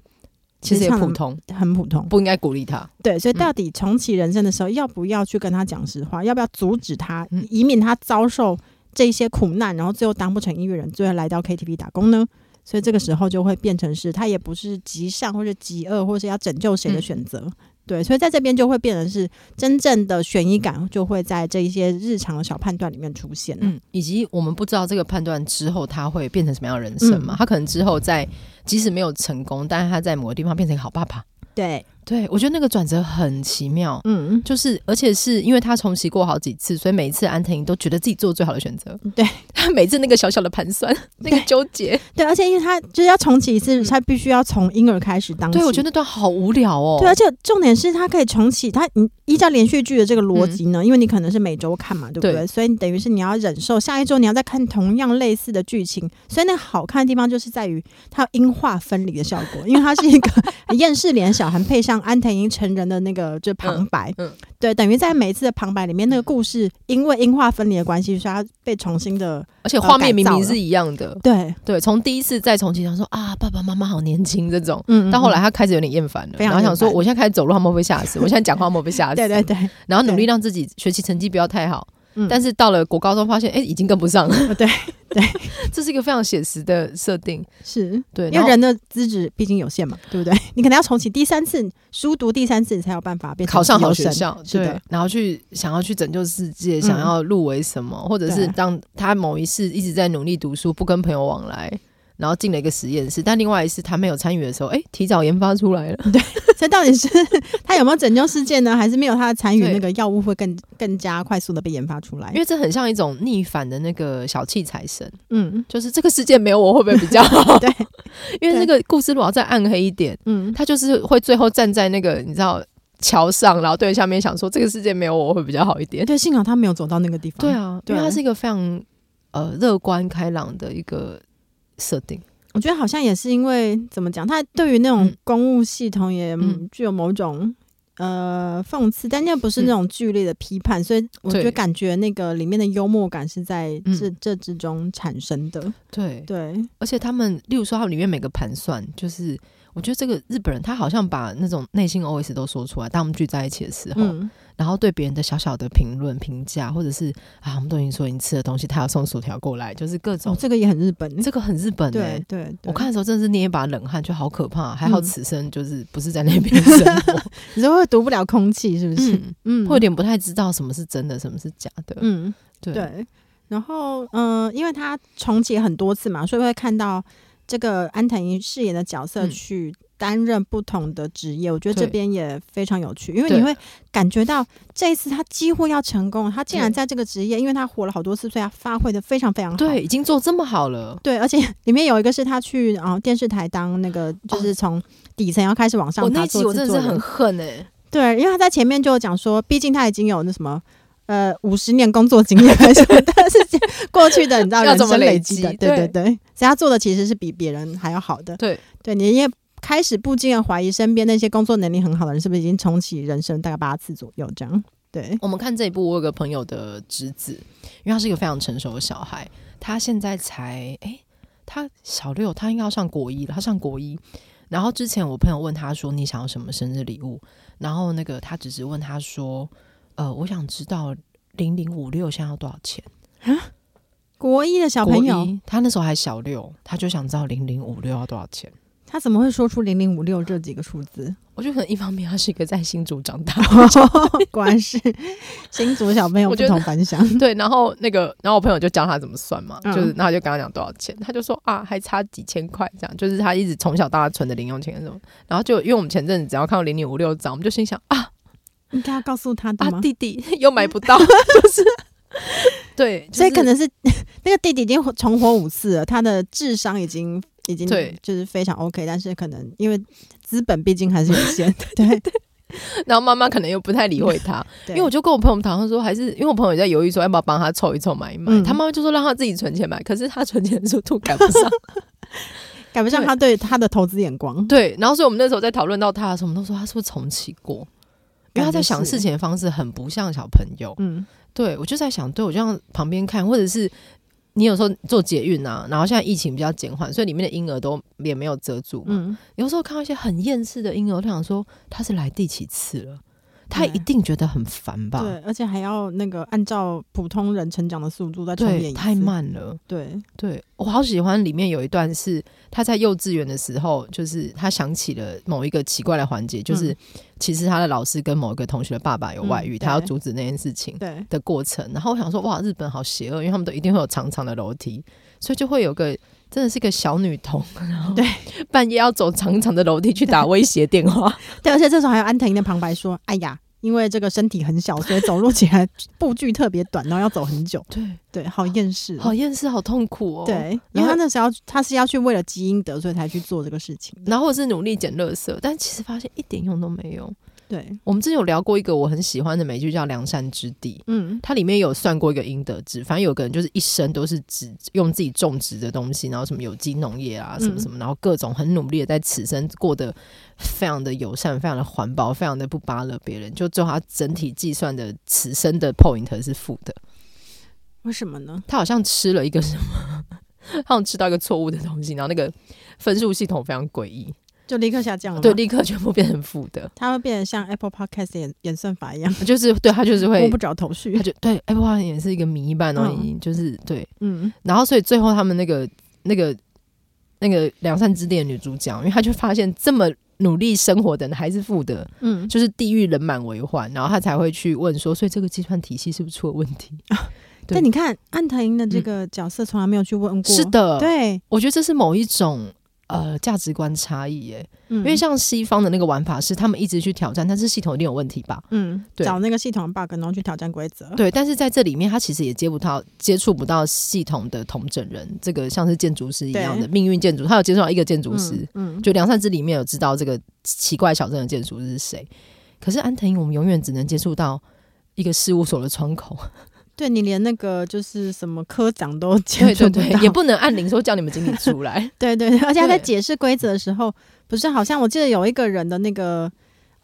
Speaker 1: 其实也
Speaker 3: 唱得
Speaker 1: 普通，
Speaker 3: 很普通。
Speaker 1: 不应该鼓励他。
Speaker 3: 对，所以
Speaker 1: 嗯
Speaker 3: 到底重启人生的时候，要不要去跟他讲实话？要不要阻止他
Speaker 1: 嗯，
Speaker 3: 以免他遭受这些苦难，然后最后当不成音乐人，最后来到 KTV 打工呢？所以这个时候就会变成是，他也不是极善或者极恶，或是要拯救
Speaker 1: 嗯
Speaker 3: 谁的选择。对，所以在这边就会变成是真正的悬疑感，就会在这一些日常的小判断里面出现了。
Speaker 1: 嗯，以及我们不知道这个判断之后他会变成什么样的人生嘛？
Speaker 3: 嗯
Speaker 1: 他可能之后在即使没有成功，但是他在某个地方变成一个好爸爸，
Speaker 3: 对，
Speaker 1: 对，我觉得那个转折很奇妙，
Speaker 3: 嗯，
Speaker 1: 就是而且是因为他重启过好几次，所以每一次安藤莹都觉得自己做最好的选择。
Speaker 3: 嗯 对，
Speaker 1: 他每次那个小小的盘算，那个纠结，
Speaker 3: 对，而且因为他就是要重启一次，
Speaker 1: 嗯
Speaker 3: 他必须要从婴儿开始当起。
Speaker 1: 对我觉得那段好无聊哦。
Speaker 3: 对，而啊且重点是它可以重启，它你依照连续剧的这个逻辑呢，因为你可能是每周看嘛，对不对？
Speaker 1: 嗯对
Speaker 3: 所以你等于是你要忍受下一周你要再看同样类似的剧情，所以那个好看的地方就是在于它有音画分离的效果，因为它是 一个厌世脸小韩配上安藤英成人的那个就旁白，
Speaker 1: 嗯嗯
Speaker 3: 对，等于在每一次的旁白里面，那个故事因为音画分离的关系，所以它被重新的
Speaker 1: 而且
Speaker 3: 呃
Speaker 1: 画面明
Speaker 3: 改造
Speaker 1: 明
Speaker 3: 了
Speaker 1: 是一样的，
Speaker 3: 对，
Speaker 1: 对，从第一次再重启，想说啊，爸爸妈妈好年轻这种。
Speaker 3: 嗯，嗯
Speaker 1: 到后来。他开始有点厌烦了，
Speaker 3: 非常
Speaker 1: 然后想说，
Speaker 3: 厌烦
Speaker 1: 我现在开始走路，他们会不会吓死？ 我现在讲话，他们会不会吓死？
Speaker 3: 嗯对对。对，
Speaker 1: 然后努力让自己学习成绩不要太好，
Speaker 3: 嗯
Speaker 1: 但是到了国高中发现，哎，已经跟不上 了。
Speaker 3: 对对，
Speaker 1: 这是一个非常写实的设定。
Speaker 3: 是
Speaker 1: 对，
Speaker 3: 因
Speaker 1: 然
Speaker 3: 为
Speaker 1: 后
Speaker 3: 人的资质毕竟有限嘛，对不 对？你可能要重启第三次，书读第三次，你才有办法变成
Speaker 1: 考上好
Speaker 3: 优
Speaker 1: 学
Speaker 3: 生
Speaker 1: 校，
Speaker 3: 是
Speaker 1: 对
Speaker 3: 的，，嗯
Speaker 1: 然后去想要去拯救世界，想要入围什么，或者是
Speaker 3: 对
Speaker 1: 当他某一次一直在努力读书，不跟朋友往来，然后进了一个实验室，但另外一次他没有参与的时候，哎，提早研发出来了。
Speaker 3: 所以 到底是他有没有拯救世界呢？还是没有他的参与，
Speaker 1: 对
Speaker 3: 那个药物会更更加快速的被研发出来
Speaker 1: 因？为这很像一种逆反的那个小气财神，
Speaker 3: 嗯
Speaker 1: 就是这个世界没有我会不会比较好？
Speaker 3: 对，
Speaker 1: 因为那个故事如果要再暗黑一点，
Speaker 3: 嗯，
Speaker 1: 他就是会最后站在那个你知道桥上，然后对着下面想说这个世界没有我会比较好一点。
Speaker 3: 对，幸好他没有走到那个地方。
Speaker 1: 对，啊，因
Speaker 3: 对
Speaker 1: 为他是一个非常呃乐观开朗的一个设定。
Speaker 3: 我觉得好像也是因为怎么讲，他对于那种
Speaker 1: 嗯
Speaker 3: 公务系统也
Speaker 1: 嗯
Speaker 3: 具有某种。呃，讽刺，但又不是那种剧烈的批判，所以我觉得
Speaker 1: 对
Speaker 3: 感觉那个里面的幽默感是在
Speaker 1: 嗯
Speaker 3: 这、这之中产生的。
Speaker 1: 对，
Speaker 3: 对，
Speaker 1: 而且他们，例如说，他们里面每个盘算，就是我觉得这个日本人他好像把那种内心 OS 都说出来。当我们聚在一起的时候，
Speaker 3: 嗯，
Speaker 1: 然后对别人的小小的评论、评价，或者是啊，我们都已经说已经吃的东西，他要送薯条过来，就是各种、
Speaker 3: 哦，这个也很日本，
Speaker 1: 这个很日本哎、
Speaker 3: 对对，
Speaker 1: 我
Speaker 3: 对
Speaker 1: 看的时候真的是捏一把冷汗，就好可怕。还好
Speaker 3: 嗯
Speaker 1: 此生就是不是在那边生活，
Speaker 3: 你就会读不了空气，是不是？
Speaker 1: 嗯，
Speaker 3: 嗯，
Speaker 1: 会有点不太知道什么是真的，什么是假的。
Speaker 3: 嗯，
Speaker 1: 对
Speaker 3: 对。然后，嗯、因为他重启很多次嘛，所以会看到这个安藤英饰演的角色
Speaker 1: 嗯
Speaker 3: 去担任不同的职业。我觉得
Speaker 1: 对
Speaker 3: 这边也非常有趣，因为
Speaker 1: 对
Speaker 3: 你会感觉到这一次他几乎要成功了，他竟然
Speaker 1: 对
Speaker 3: 在这个职业，因为他活了好多次，所以他发挥的非常非常好。
Speaker 1: 对，已经做这么好了。
Speaker 3: 对，而且 里面有一个是他去啊、呃电视台当那个，就是从底层要开始往上
Speaker 1: 我哦
Speaker 3: 爬、
Speaker 1: 那一集
Speaker 3: 做
Speaker 1: 我
Speaker 3: 制
Speaker 1: 真的
Speaker 3: 作
Speaker 1: 是
Speaker 3: 人
Speaker 1: 很恨哎、
Speaker 3: 对，因为他在前面就有讲说，毕竟他已经有那什么。呃，五十年工作经验 还是什么，但是过去的你知道
Speaker 1: 要
Speaker 3: 人
Speaker 1: 怎么
Speaker 3: 生
Speaker 1: 累
Speaker 3: 累
Speaker 1: 积
Speaker 3: 积的，对
Speaker 1: 对
Speaker 3: 对对，所以他做的其实是比别人还要好的。
Speaker 1: 对，
Speaker 3: 对你也开始不禁的怀疑身边那些工作能力很好的人是不是已经重启人生大概八次左右这样？对，
Speaker 1: 我们看这一部，我有个朋友的侄子，因为他是一个非常成熟的小孩，他现在才诶，他小六，他应该要上国一了，他上国一。然后之前我朋友问他说：“你想要什么生日礼物？”然后那个他只是问他说：“呃，我想知道零零五六现在要多少钱？”
Speaker 3: 国一的小
Speaker 1: 国
Speaker 3: 朋友
Speaker 1: 一，他那时候还小六，他就想知道零零五六要多少钱。
Speaker 3: 他怎么会说出零零五六这几个数字？
Speaker 1: 我觉得可能一方面他是一个在新竹长 大的
Speaker 3: 果然是新竹小朋友
Speaker 1: 我
Speaker 3: 不
Speaker 1: 觉得
Speaker 3: 同凡响。
Speaker 1: 对，然后那个，然后我朋友就教他怎么算嘛，
Speaker 3: 嗯
Speaker 1: 就是然后他就跟他讲多少钱，他就说啊，还差几千块这样，就是他一直从小到大存的零用钱什么，然后就因为我们前阵子只要看到零零五六涨，我们就心想啊
Speaker 3: 应该要告诉他的吗
Speaker 1: 啊，？弟弟又买不到， 就是对，就是
Speaker 3: 所以可能是 那个弟弟已经重活五次了，他的智商已经已经
Speaker 1: 对
Speaker 3: 就是非常 OK，但是可能因为资本毕竟还是有限， 对
Speaker 1: 然后妈妈可能又不太理会 他，因
Speaker 3: 对，
Speaker 1: 为我就跟我朋友讨论说，还是因为我朋友在犹豫说要不要帮他凑一凑买一买，
Speaker 3: 嗯
Speaker 1: 他妈妈就说让他自己存钱买，可是他存钱的速度赶不上，
Speaker 3: 赶不上他对他的投资眼光，
Speaker 1: 对，然后所以我们那时候在讨论到他的时候，我们都说他是不是重启过。因为他在想
Speaker 3: 感觉是
Speaker 1: 事情的方式很不像小朋友，
Speaker 3: 嗯，
Speaker 1: 对，我就在想，对我就像旁边看，或者是你有时候做捷运啊，然后现在疫情比较减缓，所以里面的婴儿都也没有遮住嘛。
Speaker 3: 嗯
Speaker 1: 有时候看到一些很厌世的婴儿，我就想说他是来第几次了，他
Speaker 3: 对
Speaker 1: 一定觉得很烦吧？
Speaker 3: 对，而且还要那个按照普通人成长的速度再重演一次，
Speaker 1: 太，慢了。
Speaker 3: 对，
Speaker 1: 对我好喜欢里面有一段是他在幼稚园的时候，就是他想起了某一个奇怪的环节，就是
Speaker 3: 嗯
Speaker 1: 其实他的老师跟某一个同学的爸爸有外遇，
Speaker 3: 嗯
Speaker 1: 他要
Speaker 3: 对
Speaker 1: 阻止那件事情。
Speaker 3: 对，
Speaker 1: 的过程。然后我想说，哇，日本好邪恶，因为他们都一定会有长长的楼梯，所以就会有个真的是个小女童，然后
Speaker 3: 对，
Speaker 1: 半夜要走长长的楼梯去打威胁电话，
Speaker 3: 对，而且这时候还有安藤英的旁白说：“哎呀，因为这个身体很小，所以走路起来步距特别短，然后要走很久。
Speaker 1: 对，”
Speaker 3: 对，好厌世哦。
Speaker 1: 好厌世，好痛苦哦。，
Speaker 3: 对，因
Speaker 1: 然
Speaker 3: 为
Speaker 1: 后
Speaker 3: 他那时候要他是要去为了基因得，所以才去做这个事情。
Speaker 1: 然后我是努力捡垃圾，但其实发现一点用都没有。
Speaker 3: 对，
Speaker 1: 我们之前有聊过一个我很喜欢的美剧叫《梁山之地》，
Speaker 3: 嗯，
Speaker 1: 它里面有算过一个应得值，反正有个人就是一生都是只用自己种植的东西，然后什么有机农业啊，什么
Speaker 3: 嗯
Speaker 1: 什么，然后各种很努力的在此生过得非常的友善，非常的环保，非常的不扒勒别人，就最后他整体计算的此生的 point 是负的。
Speaker 3: 为什么呢？
Speaker 1: 他好像吃了一个什么， 他好像吃到一个错误的东西，然后那个分数系统非常诡异，
Speaker 3: 就立刻下降了。
Speaker 1: 对，，立刻全部变成负的，
Speaker 3: 它会变得像 Apple Podcast 的演演算法一样，
Speaker 1: 就是对他就是
Speaker 3: 摸
Speaker 1: 会
Speaker 3: 不。着头绪
Speaker 1: 他。就对 Apple Watch 也是一个谜般哦，
Speaker 3: 嗯
Speaker 1: 你就是对，
Speaker 3: 嗯，
Speaker 1: 然后所以最后他们那个那个那个良善之地的女主角，因为她就发现这么努力生活的人还是富的，
Speaker 3: 嗯，
Speaker 1: 就是地狱人满为患，然后她才会去问说，所以这个计算体系是不是出了问题？对嗯
Speaker 3: 但你看安藤英的这个角色从来没有去问过，
Speaker 1: 是，的，
Speaker 3: 对，
Speaker 1: 我觉得这是某一种。呃，价值观差异耶，
Speaker 3: 因
Speaker 1: 因为像西方的那个玩法是他们一直去挑战，但是系统一定有问题吧？
Speaker 3: 嗯，
Speaker 1: 对
Speaker 3: 找那个系统的 bug，然后去挑战规则。
Speaker 1: 对，但是在这里面，他其实也接不到、接触不到系统的同整人，这个像是建筑师一样的命运建筑，他有接触到一个建筑师，
Speaker 3: 嗯，嗯，
Speaker 1: 就梁善之里面有知道这个奇怪小镇的建筑师是谁，可是安藤樱我们永远只能接触到一个事务所的窗口，
Speaker 3: 对你连那个就是什么科长都接
Speaker 1: 对
Speaker 3: 触
Speaker 1: 对
Speaker 3: 不到，，
Speaker 1: 对，也不能按铃说叫你们经理出来
Speaker 3: 对对对，而且他在
Speaker 1: 对
Speaker 3: 解释规则的时候，不是好像我记得有一个人的那个，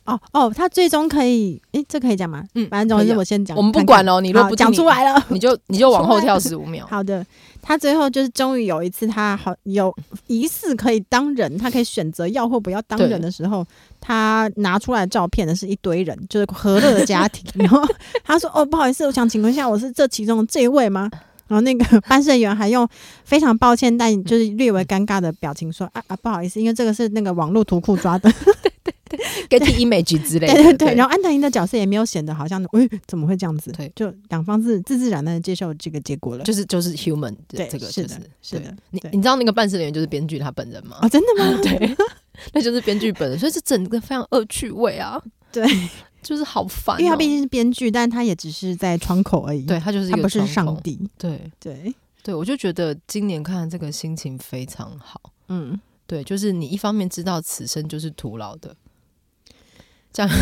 Speaker 3: 哦哦，他最终可以，诶，这可以讲吗？
Speaker 1: 嗯
Speaker 3: 反正总
Speaker 1: 可以
Speaker 3: 之
Speaker 1: 啊
Speaker 3: 我先讲看看，
Speaker 1: 我们不管哦，你
Speaker 3: 你
Speaker 1: 若不听
Speaker 3: 讲出，来了。
Speaker 1: 你你就你就往后
Speaker 3: 出来
Speaker 1: 跳十五秒，
Speaker 3: 好的，他最后就是终于有一次，他好有疑似可以当人，他可以选择要或不要当
Speaker 1: 对
Speaker 3: 人的时候，他拿出来的照片的是一堆人，就是和乐的 家庭。然后他说：“哦，不好意思，我想请问一下，我是这其中的这一位吗？”然后那个办事人员还用非常抱歉但就是略微尴尬的表情说：“啊啊，不好意思，因为这个是那个网络图库 抓的。
Speaker 1: 给 T image 之”类
Speaker 3: 对
Speaker 1: 的，
Speaker 3: 对对。然后安藤英的角色也没有显得好像， 喂、怎么会这样子？
Speaker 1: 对
Speaker 3: 就两方是自自然然的接受这个结果了。
Speaker 1: 就是就是 human 的
Speaker 3: 对，
Speaker 1: 这个
Speaker 3: 是
Speaker 1: 就
Speaker 3: 的，是的，
Speaker 1: 你
Speaker 3: 对
Speaker 1: 你知道那个办事人员就是编剧他本人吗
Speaker 3: 哦，？真 的吗？
Speaker 1: 对，那就是编剧本人，所以这整个非常恶趣味啊，
Speaker 3: 对，
Speaker 1: 就是好烦哦、
Speaker 3: 因为他毕竟是编剧，但他也只是在窗口而已，
Speaker 1: 对，他就是一
Speaker 3: 他
Speaker 1: 个
Speaker 3: 不是
Speaker 1: 窗
Speaker 3: 上
Speaker 1: 口，
Speaker 3: 帝。
Speaker 1: 对
Speaker 3: 对，
Speaker 1: 对，我就觉得今年看这个心情非常好。
Speaker 3: 嗯，
Speaker 1: 对，就是你一方面知道此生就是徒劳的，这 样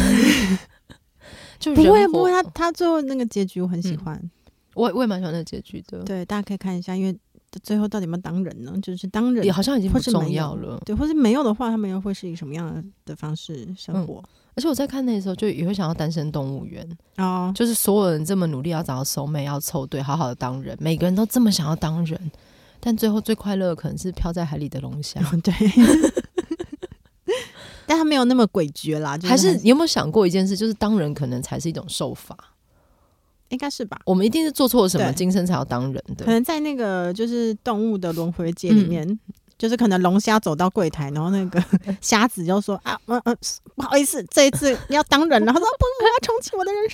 Speaker 1: 就
Speaker 3: 不
Speaker 1: 人
Speaker 3: 会
Speaker 1: 活
Speaker 3: 不会，他他最后那个结局我很喜
Speaker 1: 嗯
Speaker 3: 欢，
Speaker 1: 我也我也蛮喜欢那个结局的，
Speaker 3: 对，大家可以看一下，因为最后到底有没有当人呢？就是当人
Speaker 1: 也。好像已经
Speaker 3: 或
Speaker 1: 不
Speaker 3: 是
Speaker 1: 重
Speaker 3: 没有
Speaker 1: 要了。
Speaker 3: 对，或是没有的话，他们又会是以什么样的方式生
Speaker 1: 嗯
Speaker 3: 活？
Speaker 1: 而且我在看那时候就也会想到《单身动物园》，
Speaker 3: 哦，
Speaker 1: 就是所有人这么努力要找到熟妹，要凑对，好好的当人，每个人都这么想要当人，但最后最快乐的可能是漂在海里的龙 虾。
Speaker 3: 对，但他没有那么诡谲啦，就
Speaker 1: 还是
Speaker 3: 是
Speaker 1: 你有没有想过一件事，就是当人可能才是一种受罚，
Speaker 3: 应该是吧？
Speaker 1: 我们一定是做错了什么，
Speaker 3: 对
Speaker 1: 今生才要当人的。
Speaker 3: 可能在那个就是动物的轮回界里面，
Speaker 1: 嗯
Speaker 3: 就是可能龙虾走到柜台，然后那个 虾子就说啊，嗯嗯，不好意思，这一次你要当人了。他说不，我要重启我的人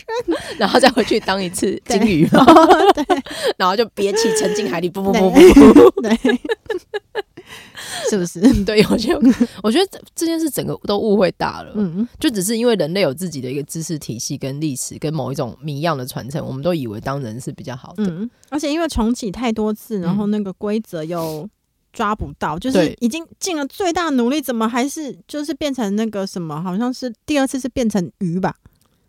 Speaker 3: 生。
Speaker 1: 然后再回去当一次
Speaker 3: 对哦
Speaker 1: 金 鱼嘛，
Speaker 3: 对
Speaker 1: 然后就憋气沉进海里，不不不不
Speaker 3: 对 对，是不是？
Speaker 1: 对，我觉得，我觉得这这件事整个都误会大了。
Speaker 3: 嗯，
Speaker 1: 就只是因为人类有自己的一个知识体系、跟历史、跟某一种谜样的传承，我们都以为当人是比较好的。
Speaker 3: 嗯，而且因为重启太多次，然后那个规则又抓不到，就
Speaker 1: 嗯
Speaker 3: 是
Speaker 1: 对
Speaker 3: 已经尽了最大努力，怎么还是就是变成那个什么？好像是第二次是变成鱼吧？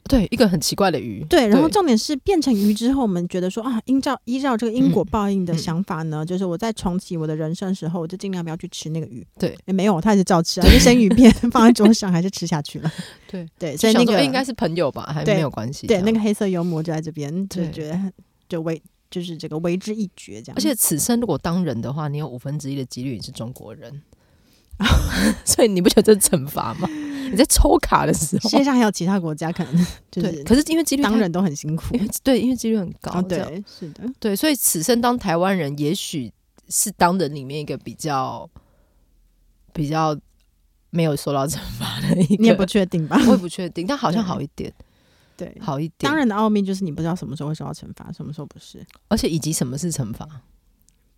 Speaker 1: 对，一个很奇怪的鱼。
Speaker 3: 对，然后重点是变成鱼之后，我们觉得说啊，依照依照这个因果
Speaker 1: 嗯
Speaker 3: 报应的想法呢，就是我在重启我的人生的时候，我就尽量不要去吃那个鱼。
Speaker 1: 对
Speaker 3: 诶，没有，他还是照吃啊，就生鱼片 放在桌上还是吃下去了。
Speaker 1: 对
Speaker 3: 对，所
Speaker 1: 就
Speaker 3: 以
Speaker 1: 想
Speaker 3: 那
Speaker 1: 说
Speaker 3: 个
Speaker 1: 诶应该是朋友吧，还
Speaker 3: 对
Speaker 1: 没有关系这
Speaker 3: 对
Speaker 1: 样。
Speaker 3: 那个黑色幽默就在这边，就
Speaker 1: 对
Speaker 3: 觉得很就为就是这个为之一绝这样。
Speaker 1: 而且此生如果当人的话，你有五分之一的几率你是中国 人，所以你不觉得这是惩罚吗？你在抽卡的时候，
Speaker 3: 世界上还有其他国家 可能就
Speaker 1: 对，
Speaker 3: 是
Speaker 1: 可是因为几率
Speaker 3: 当
Speaker 1: 太，
Speaker 3: 人都很辛苦
Speaker 1: 因。为对，因为几率很高，
Speaker 3: 哦，
Speaker 1: 这样
Speaker 3: 对，是的，
Speaker 1: 对，所以此生当台湾人，也许是当人里面一个比较比较没有受到惩罚的一个，？
Speaker 3: 你也不确定吧
Speaker 1: 我也不确定，但好像
Speaker 3: 对
Speaker 1: 好一点，
Speaker 3: 对，
Speaker 1: 好一点。
Speaker 3: 当，然的奥秘就是你不知道什么时候会受到惩罚，什么时候不是。
Speaker 1: 而且以及什么是惩罚？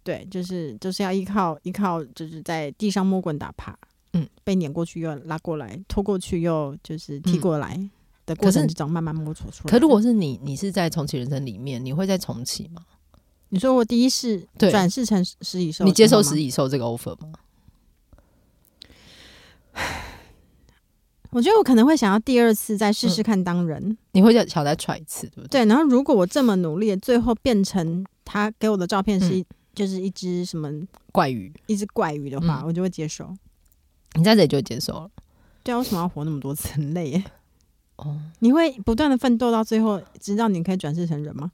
Speaker 3: 对，就是就是要依靠依靠，就是在地上摸滚打爬，
Speaker 1: 嗯，
Speaker 3: 被碾过去又拉过来，拖过去又就是踢
Speaker 1: 嗯
Speaker 3: 过来的
Speaker 1: 可
Speaker 3: 过
Speaker 1: 是
Speaker 3: 程之中，慢慢摸索出来的。
Speaker 1: 可如果是你，你是在重启人生里面，你会再重启吗？
Speaker 3: 你说我第一世
Speaker 1: 对
Speaker 3: 转世成食蚁兽，
Speaker 1: 你接受
Speaker 3: 时
Speaker 1: 食，蚁兽这个 offer 吗？
Speaker 3: 我觉得我可能会想要第二次再试试
Speaker 1: 嗯
Speaker 3: 看当人。
Speaker 1: 你会再想再踹一次，对不对？
Speaker 3: 对，然后如果我这么努力，最后变成他给我的照片
Speaker 1: 嗯
Speaker 3: 是一、就是一只什么
Speaker 1: 怪鱼，
Speaker 3: 一只怪鱼的话，
Speaker 1: 嗯
Speaker 3: 我就会接受。
Speaker 1: 你在这里就会接受了。
Speaker 3: 对啊，为什么要活那么多次？很 累耶。
Speaker 1: 哦，
Speaker 3: 你会不断的奋斗到最后，直到你可以转世成人吗？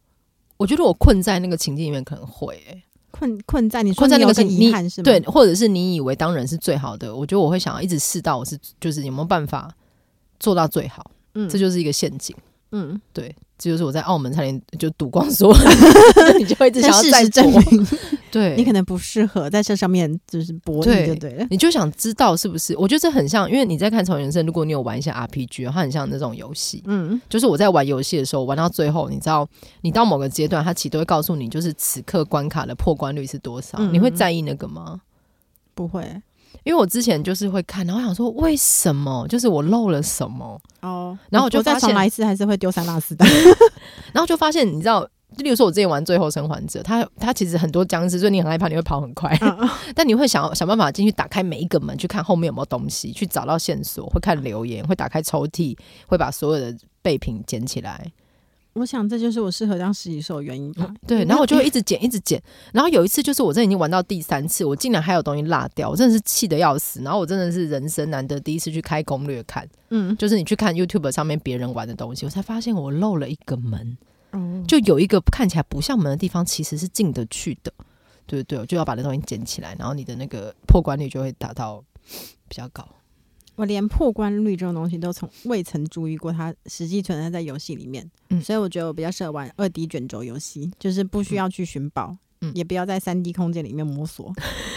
Speaker 1: 我觉得我困在那个情境里面可能会、欸，
Speaker 3: 困困在你说
Speaker 1: 困在
Speaker 3: 你
Speaker 1: 那个
Speaker 3: 有个
Speaker 1: 情
Speaker 3: 遗憾是吗？
Speaker 1: 对，，或者是你以为当人是最好的，我觉得我会想要一直试到我是就是有没有办法做到最好，
Speaker 3: 嗯，
Speaker 1: 这就是一个陷阱。
Speaker 3: 嗯，
Speaker 1: 对，这就是我在澳门差点就赌光所有， 你就会一直想
Speaker 3: 但
Speaker 1: 要
Speaker 3: 事
Speaker 1: 再
Speaker 3: 实证
Speaker 1: 赌。
Speaker 3: 明，
Speaker 1: 对，
Speaker 3: 你可能不适合在这上面就是博弈
Speaker 1: 对
Speaker 3: 就 对了。
Speaker 1: 你就想知道是不是？我觉得这很像，因为你在看《超人生》，如果你有玩一下 RPG，它很像那种游戏。
Speaker 3: 嗯，
Speaker 1: 就是我在玩游戏的时候，玩到最后，你知道，你到某个阶段，它其实都会告诉你，就是此刻关卡的破关率是多少。
Speaker 3: 嗯
Speaker 1: 你会在意那个吗？
Speaker 3: 不会
Speaker 1: 因为我之前就是会看，然后想说为什么，就是我漏了什么，
Speaker 3: 哦。
Speaker 1: 然后我就
Speaker 3: 再
Speaker 1: 发现
Speaker 3: 重来一次，还是会丢三落四的。
Speaker 1: 然后就发现，你知道，就例如说我之前玩《最后生还者》，它它其实很多僵尸，所以你很害怕，你会跑很快， 但你会想要想办法进去打开每一个门，去看后面有没有东西，去找到线索，会看留言，会打开抽屉，会把所有的备品捡起来。
Speaker 3: 我想这就是我适合当食蚁兽的原因吧。
Speaker 1: 嗯对，然后我就会一直捡，一直捡。然后有一次，就是我真的已经玩到第三次，我竟然还有东西落掉，我真的是气得要死。然后我真的是人生难得第一次去开攻略看，
Speaker 3: 嗯，
Speaker 1: 就是你去看 YouTube 上面别人玩的东西，我才发现我漏了一个门。
Speaker 3: 哦，
Speaker 1: 就有一个看起来不像门的地方，其实是进得去的。对对，我就要把那东西捡起来，然后你的那个破关率就会达到比较高。
Speaker 3: 我连破关率这种东西都从未曾注意过，它实际存在在游戏里面。
Speaker 1: 嗯
Speaker 3: 所以我觉得我比较适合玩二 D 卷轴游戏，就是不需要去寻宝，
Speaker 1: 嗯
Speaker 3: 也不要在三 D 空间里面摸索，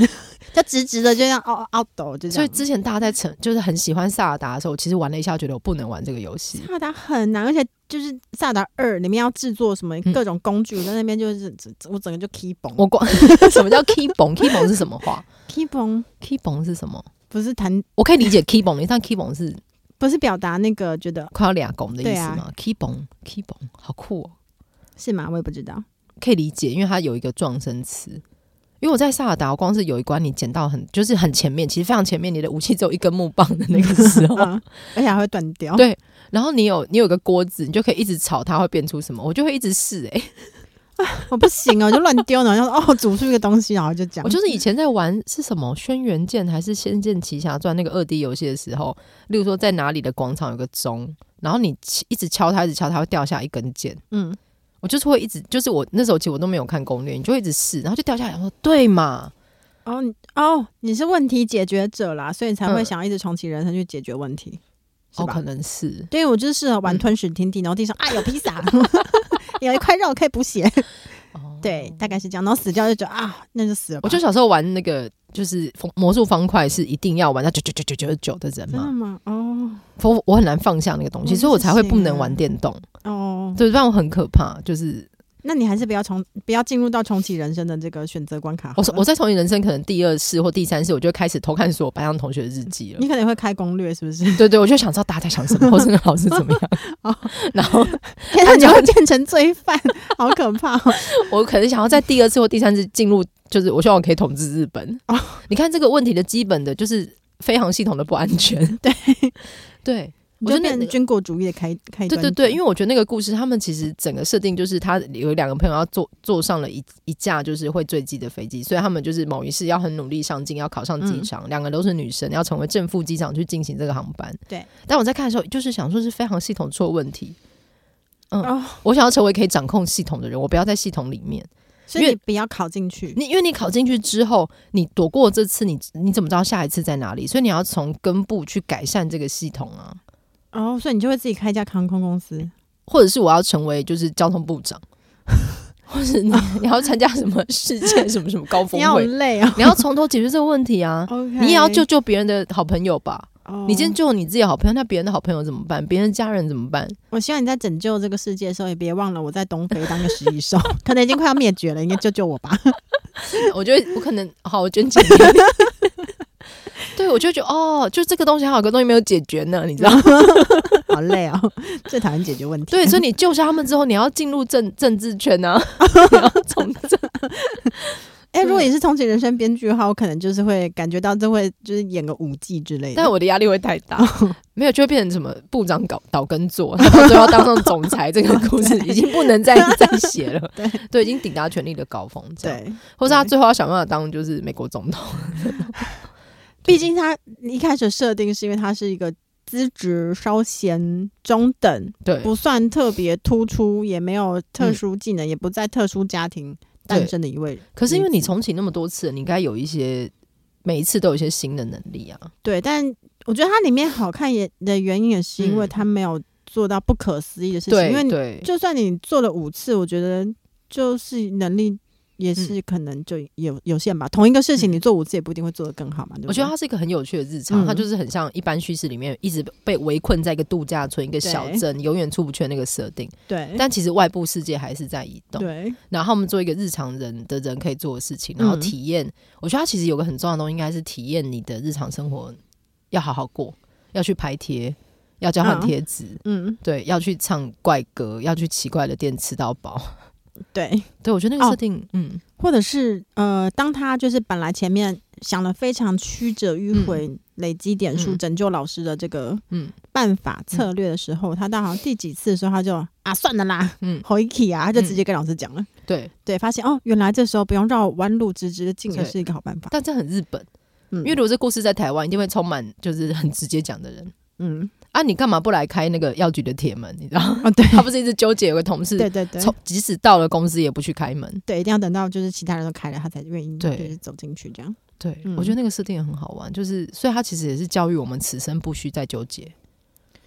Speaker 3: 就直直的就像凹凹斗就这
Speaker 1: 所以
Speaker 3: 样。
Speaker 1: 之前大家在成就是很喜欢萨尔达的时候，我其实玩了一下，觉得我不能玩这个游戏。
Speaker 3: 萨达很难，而且就是《萨达二》里面要制作什么
Speaker 1: 嗯
Speaker 3: 各种工具，我在那边就是我整个就 key 崩
Speaker 1: 我光 什么叫 key 绷？key 绷是什么话
Speaker 3: key 崩，
Speaker 1: ？key 绷是什么？
Speaker 3: 不是弹，
Speaker 1: 我可以理解 key 绷，但 key 绷是
Speaker 3: 不是表达那个觉得
Speaker 1: 快要俩拱的意
Speaker 3: 对
Speaker 1: 思
Speaker 3: 啊
Speaker 1: 吗、k e y 绷，key 绷，好酷哦！
Speaker 3: 是吗？我也不知道。
Speaker 1: 可以理解，因为它有一个撞声词。因为我在萨尔达，我光是有一关你捡到很就是很前面，其实非常前面，你的武器只有一根木棒的那个时 候，
Speaker 3: 嗯，而且还会断掉。
Speaker 1: 对然后你有你有个锅子，你就可以一直炒它会变出什么，我就会一直试哎、欸
Speaker 3: 我不行哦，我就乱 丢呢，然后就哦煮出一个东西，然后就讲，
Speaker 1: 我就是以前在玩是什么《轩辕剑》还是《仙剑奇侠传》那个二 D 游戏的时候，例如说在哪里的广场有个钟，然后你一直敲它，一直敲它会掉下一根剑，
Speaker 3: 嗯，
Speaker 1: 我就是会一直就是我那时候其实我都没有看攻略，你就会一直试，然后就掉下来，我说对嘛，
Speaker 3: 哦你哦，你是问题解决者啦，所以你才会
Speaker 1: 嗯
Speaker 3: 想要一直重启人生去解决问题，是
Speaker 1: 哦
Speaker 3: 吧
Speaker 1: 可能是，
Speaker 3: 对，我就是适合玩
Speaker 1: 嗯
Speaker 3: 吞噬天地，然后地上啊有 披萨，有一块肉可以补血，
Speaker 1: 哦
Speaker 3: 对，大概是这样，然后死掉就觉得啊，那就死了吧，
Speaker 1: 我就小时候玩那个就是风魔术方块是一定要玩到九九九九九九的人
Speaker 3: 真的
Speaker 1: 嘛，
Speaker 3: 吗？哦
Speaker 1: 我我很难放下那个东西，
Speaker 3: 我
Speaker 1: 所以我
Speaker 3: 不
Speaker 1: 才会
Speaker 3: 行
Speaker 1: 不
Speaker 3: 啊
Speaker 1: 能玩电动，
Speaker 3: 哦，
Speaker 1: 对，让我很可怕。就是
Speaker 3: 那你还是不要重不要进入到重启人生的这个选择关卡好
Speaker 1: 我
Speaker 3: 了，
Speaker 1: 说我在重启人生可能第二次或第三次，我就开始偷看所有班上同学的日记了
Speaker 3: 你。可能会开攻略是 不是？
Speaker 1: 对对，我就想知道大家在想什么，或是那老师怎么样
Speaker 3: 哦。
Speaker 1: 然后
Speaker 3: 天 哪，你会变成罪犯，好可怕、 哦！
Speaker 1: 我可能想要在第二次或第三次进入，就是我希望我可以统治日本。
Speaker 3: 哦
Speaker 1: 你看这个问题的基本的就是飞航系统的不安全。对 对，
Speaker 3: 你
Speaker 1: 我觉
Speaker 3: 就
Speaker 1: 得
Speaker 3: 变
Speaker 1: 那
Speaker 3: 成军国主义的开开
Speaker 1: 对
Speaker 3: 端
Speaker 1: 对
Speaker 3: 者
Speaker 1: 对，因为我觉得那个故事，他们其实整个设定就是他有两个朋友要坐坐上了一一架就是会坠机的飞机，所以他们就是某一次要很努力上进，要考上
Speaker 3: 嗯
Speaker 1: 机长，两、个都是女生，要成为正副机长去进行这个航班。
Speaker 3: 对，
Speaker 1: 但我在看的时候，就是想说是飞航系统出了问题，嗯
Speaker 3: 哦
Speaker 1: 我想要成为可以掌控系统的人，我不要在系统里面。
Speaker 3: 所以
Speaker 1: 因为
Speaker 3: 你不要考进去。
Speaker 1: 你因为你考进去之后，你躲过这次，你你怎么知道下一次在哪里？所以你要从根部去改善这个系统啊，
Speaker 3: 哦，所以你就会自己开一家航空 公司，
Speaker 1: 或者是我要成为就是交通部 长，或是你你要参加什么世界什么什么高峰
Speaker 3: 你好
Speaker 1: 会，
Speaker 3: 累哦。
Speaker 1: 你要从头解决这个问题啊。
Speaker 3: OK，
Speaker 1: 你也要救救别人的好朋友吧？
Speaker 3: 哦
Speaker 1: 你今天救了你自己的好朋友，那别人的好朋友怎么办？别人的家人怎么 办？
Speaker 3: 我希望你在拯救这个 世界的时候，也别忘了我在东非当个食蚁兽，可能已经快要灭绝了，应该救救我吧。
Speaker 1: 我觉得我可能好，我捐钱。对，我就觉得哦，就这个东西还有个东西没有解决呢，你知道 吗？
Speaker 3: 好累哦，最讨厌解决问题。
Speaker 1: 对，所以你救下他们之后，你要进入政政治圈 啊，你要从政。
Speaker 3: 哎、如果
Speaker 1: 嗯
Speaker 3: 你是重启人生编剧的话，我可能就是会感觉到这会就是演个舞技之类的。
Speaker 1: 但我的压力会太 大，没有就会变成什么部长搞倒跟做，然后最后当上总裁， 这个故事已经不能再再写了。
Speaker 3: 对
Speaker 1: 对，已经抵达权力的高峰。这样，
Speaker 3: 对，
Speaker 1: 或是他最后要想办法当就是美国总统。
Speaker 3: 毕竟他一开始设定是因为他是一个资质稍显中等，
Speaker 1: 对，嗯
Speaker 3: 不算特别突出，也没有特殊技能，也不在特殊家庭诞生的一位。
Speaker 1: 可是因为
Speaker 3: 嗯
Speaker 1: 你重启那么多次，你应该有一些每一次都有一些新的能力啊。
Speaker 3: 对，但我觉得它里面好看也的原因也是因为
Speaker 1: 嗯
Speaker 3: 它没有做到不可思议的事情，
Speaker 1: 对，
Speaker 3: 因为你
Speaker 1: 对，
Speaker 3: 就算你做了五次，我觉得就是能力。也是可能就有有限吧，同一个事情
Speaker 1: 嗯
Speaker 3: 你做五次也不一定会做得更好嘛。对不对
Speaker 1: 我觉得它是一个很有趣的日常，
Speaker 3: 嗯
Speaker 1: 它就是很像一般叙事里面一直被围困在一个度假村、一个小镇，永远出不去的那个设定。
Speaker 3: 对，
Speaker 1: 但其实外部世界还是在移动，
Speaker 3: 对
Speaker 1: 然后我们做一个日常人的人可以做的事情，然后
Speaker 3: 嗯
Speaker 1: 体验。我觉得它其实有个很重要的东西，应该是体验你的日常生活，要好好过，要去排贴，要交换
Speaker 3: 啊
Speaker 1: 贴纸，
Speaker 3: 嗯，
Speaker 1: 对，要去唱怪歌，要去奇怪的店吃到饱。
Speaker 3: 对，
Speaker 1: 对，我觉得那个
Speaker 3: 哦
Speaker 1: 设定，嗯，
Speaker 3: 或者是呃，当他就是本来前面想了非常曲折迂回、累积点数、
Speaker 1: 嗯
Speaker 3: 拯救老师的这个
Speaker 1: 嗯
Speaker 3: 办法策略的时候，他到好像第几次的时候，他就啊算了啦，
Speaker 1: 嗯，
Speaker 3: 好 k y 啊，他就直接跟老师讲了。
Speaker 1: 对，
Speaker 3: 对，发现哦，原来这时候不用绕弯路，直直的进也
Speaker 1: 对
Speaker 3: 是一个好办法。
Speaker 1: 但这很日本，
Speaker 3: 嗯，
Speaker 1: 因为如果这故事在台湾，一定会充满就是很直接讲的人
Speaker 3: 嗯
Speaker 1: 啊，你干嘛不来开那个药局的铁门？你知道吗，
Speaker 3: 啊，对
Speaker 1: 他不是一直纠结有个同事，
Speaker 3: 对对对
Speaker 1: 从即使到了公司也不去开门。
Speaker 3: 对，一定要等到就是其他人都开了，他才愿意
Speaker 1: 对
Speaker 3: 就是走进去这样。
Speaker 1: 对，
Speaker 3: 嗯
Speaker 1: 我觉得那个设定也很好玩，就是所以他其实也是教育我们此生不需再纠结。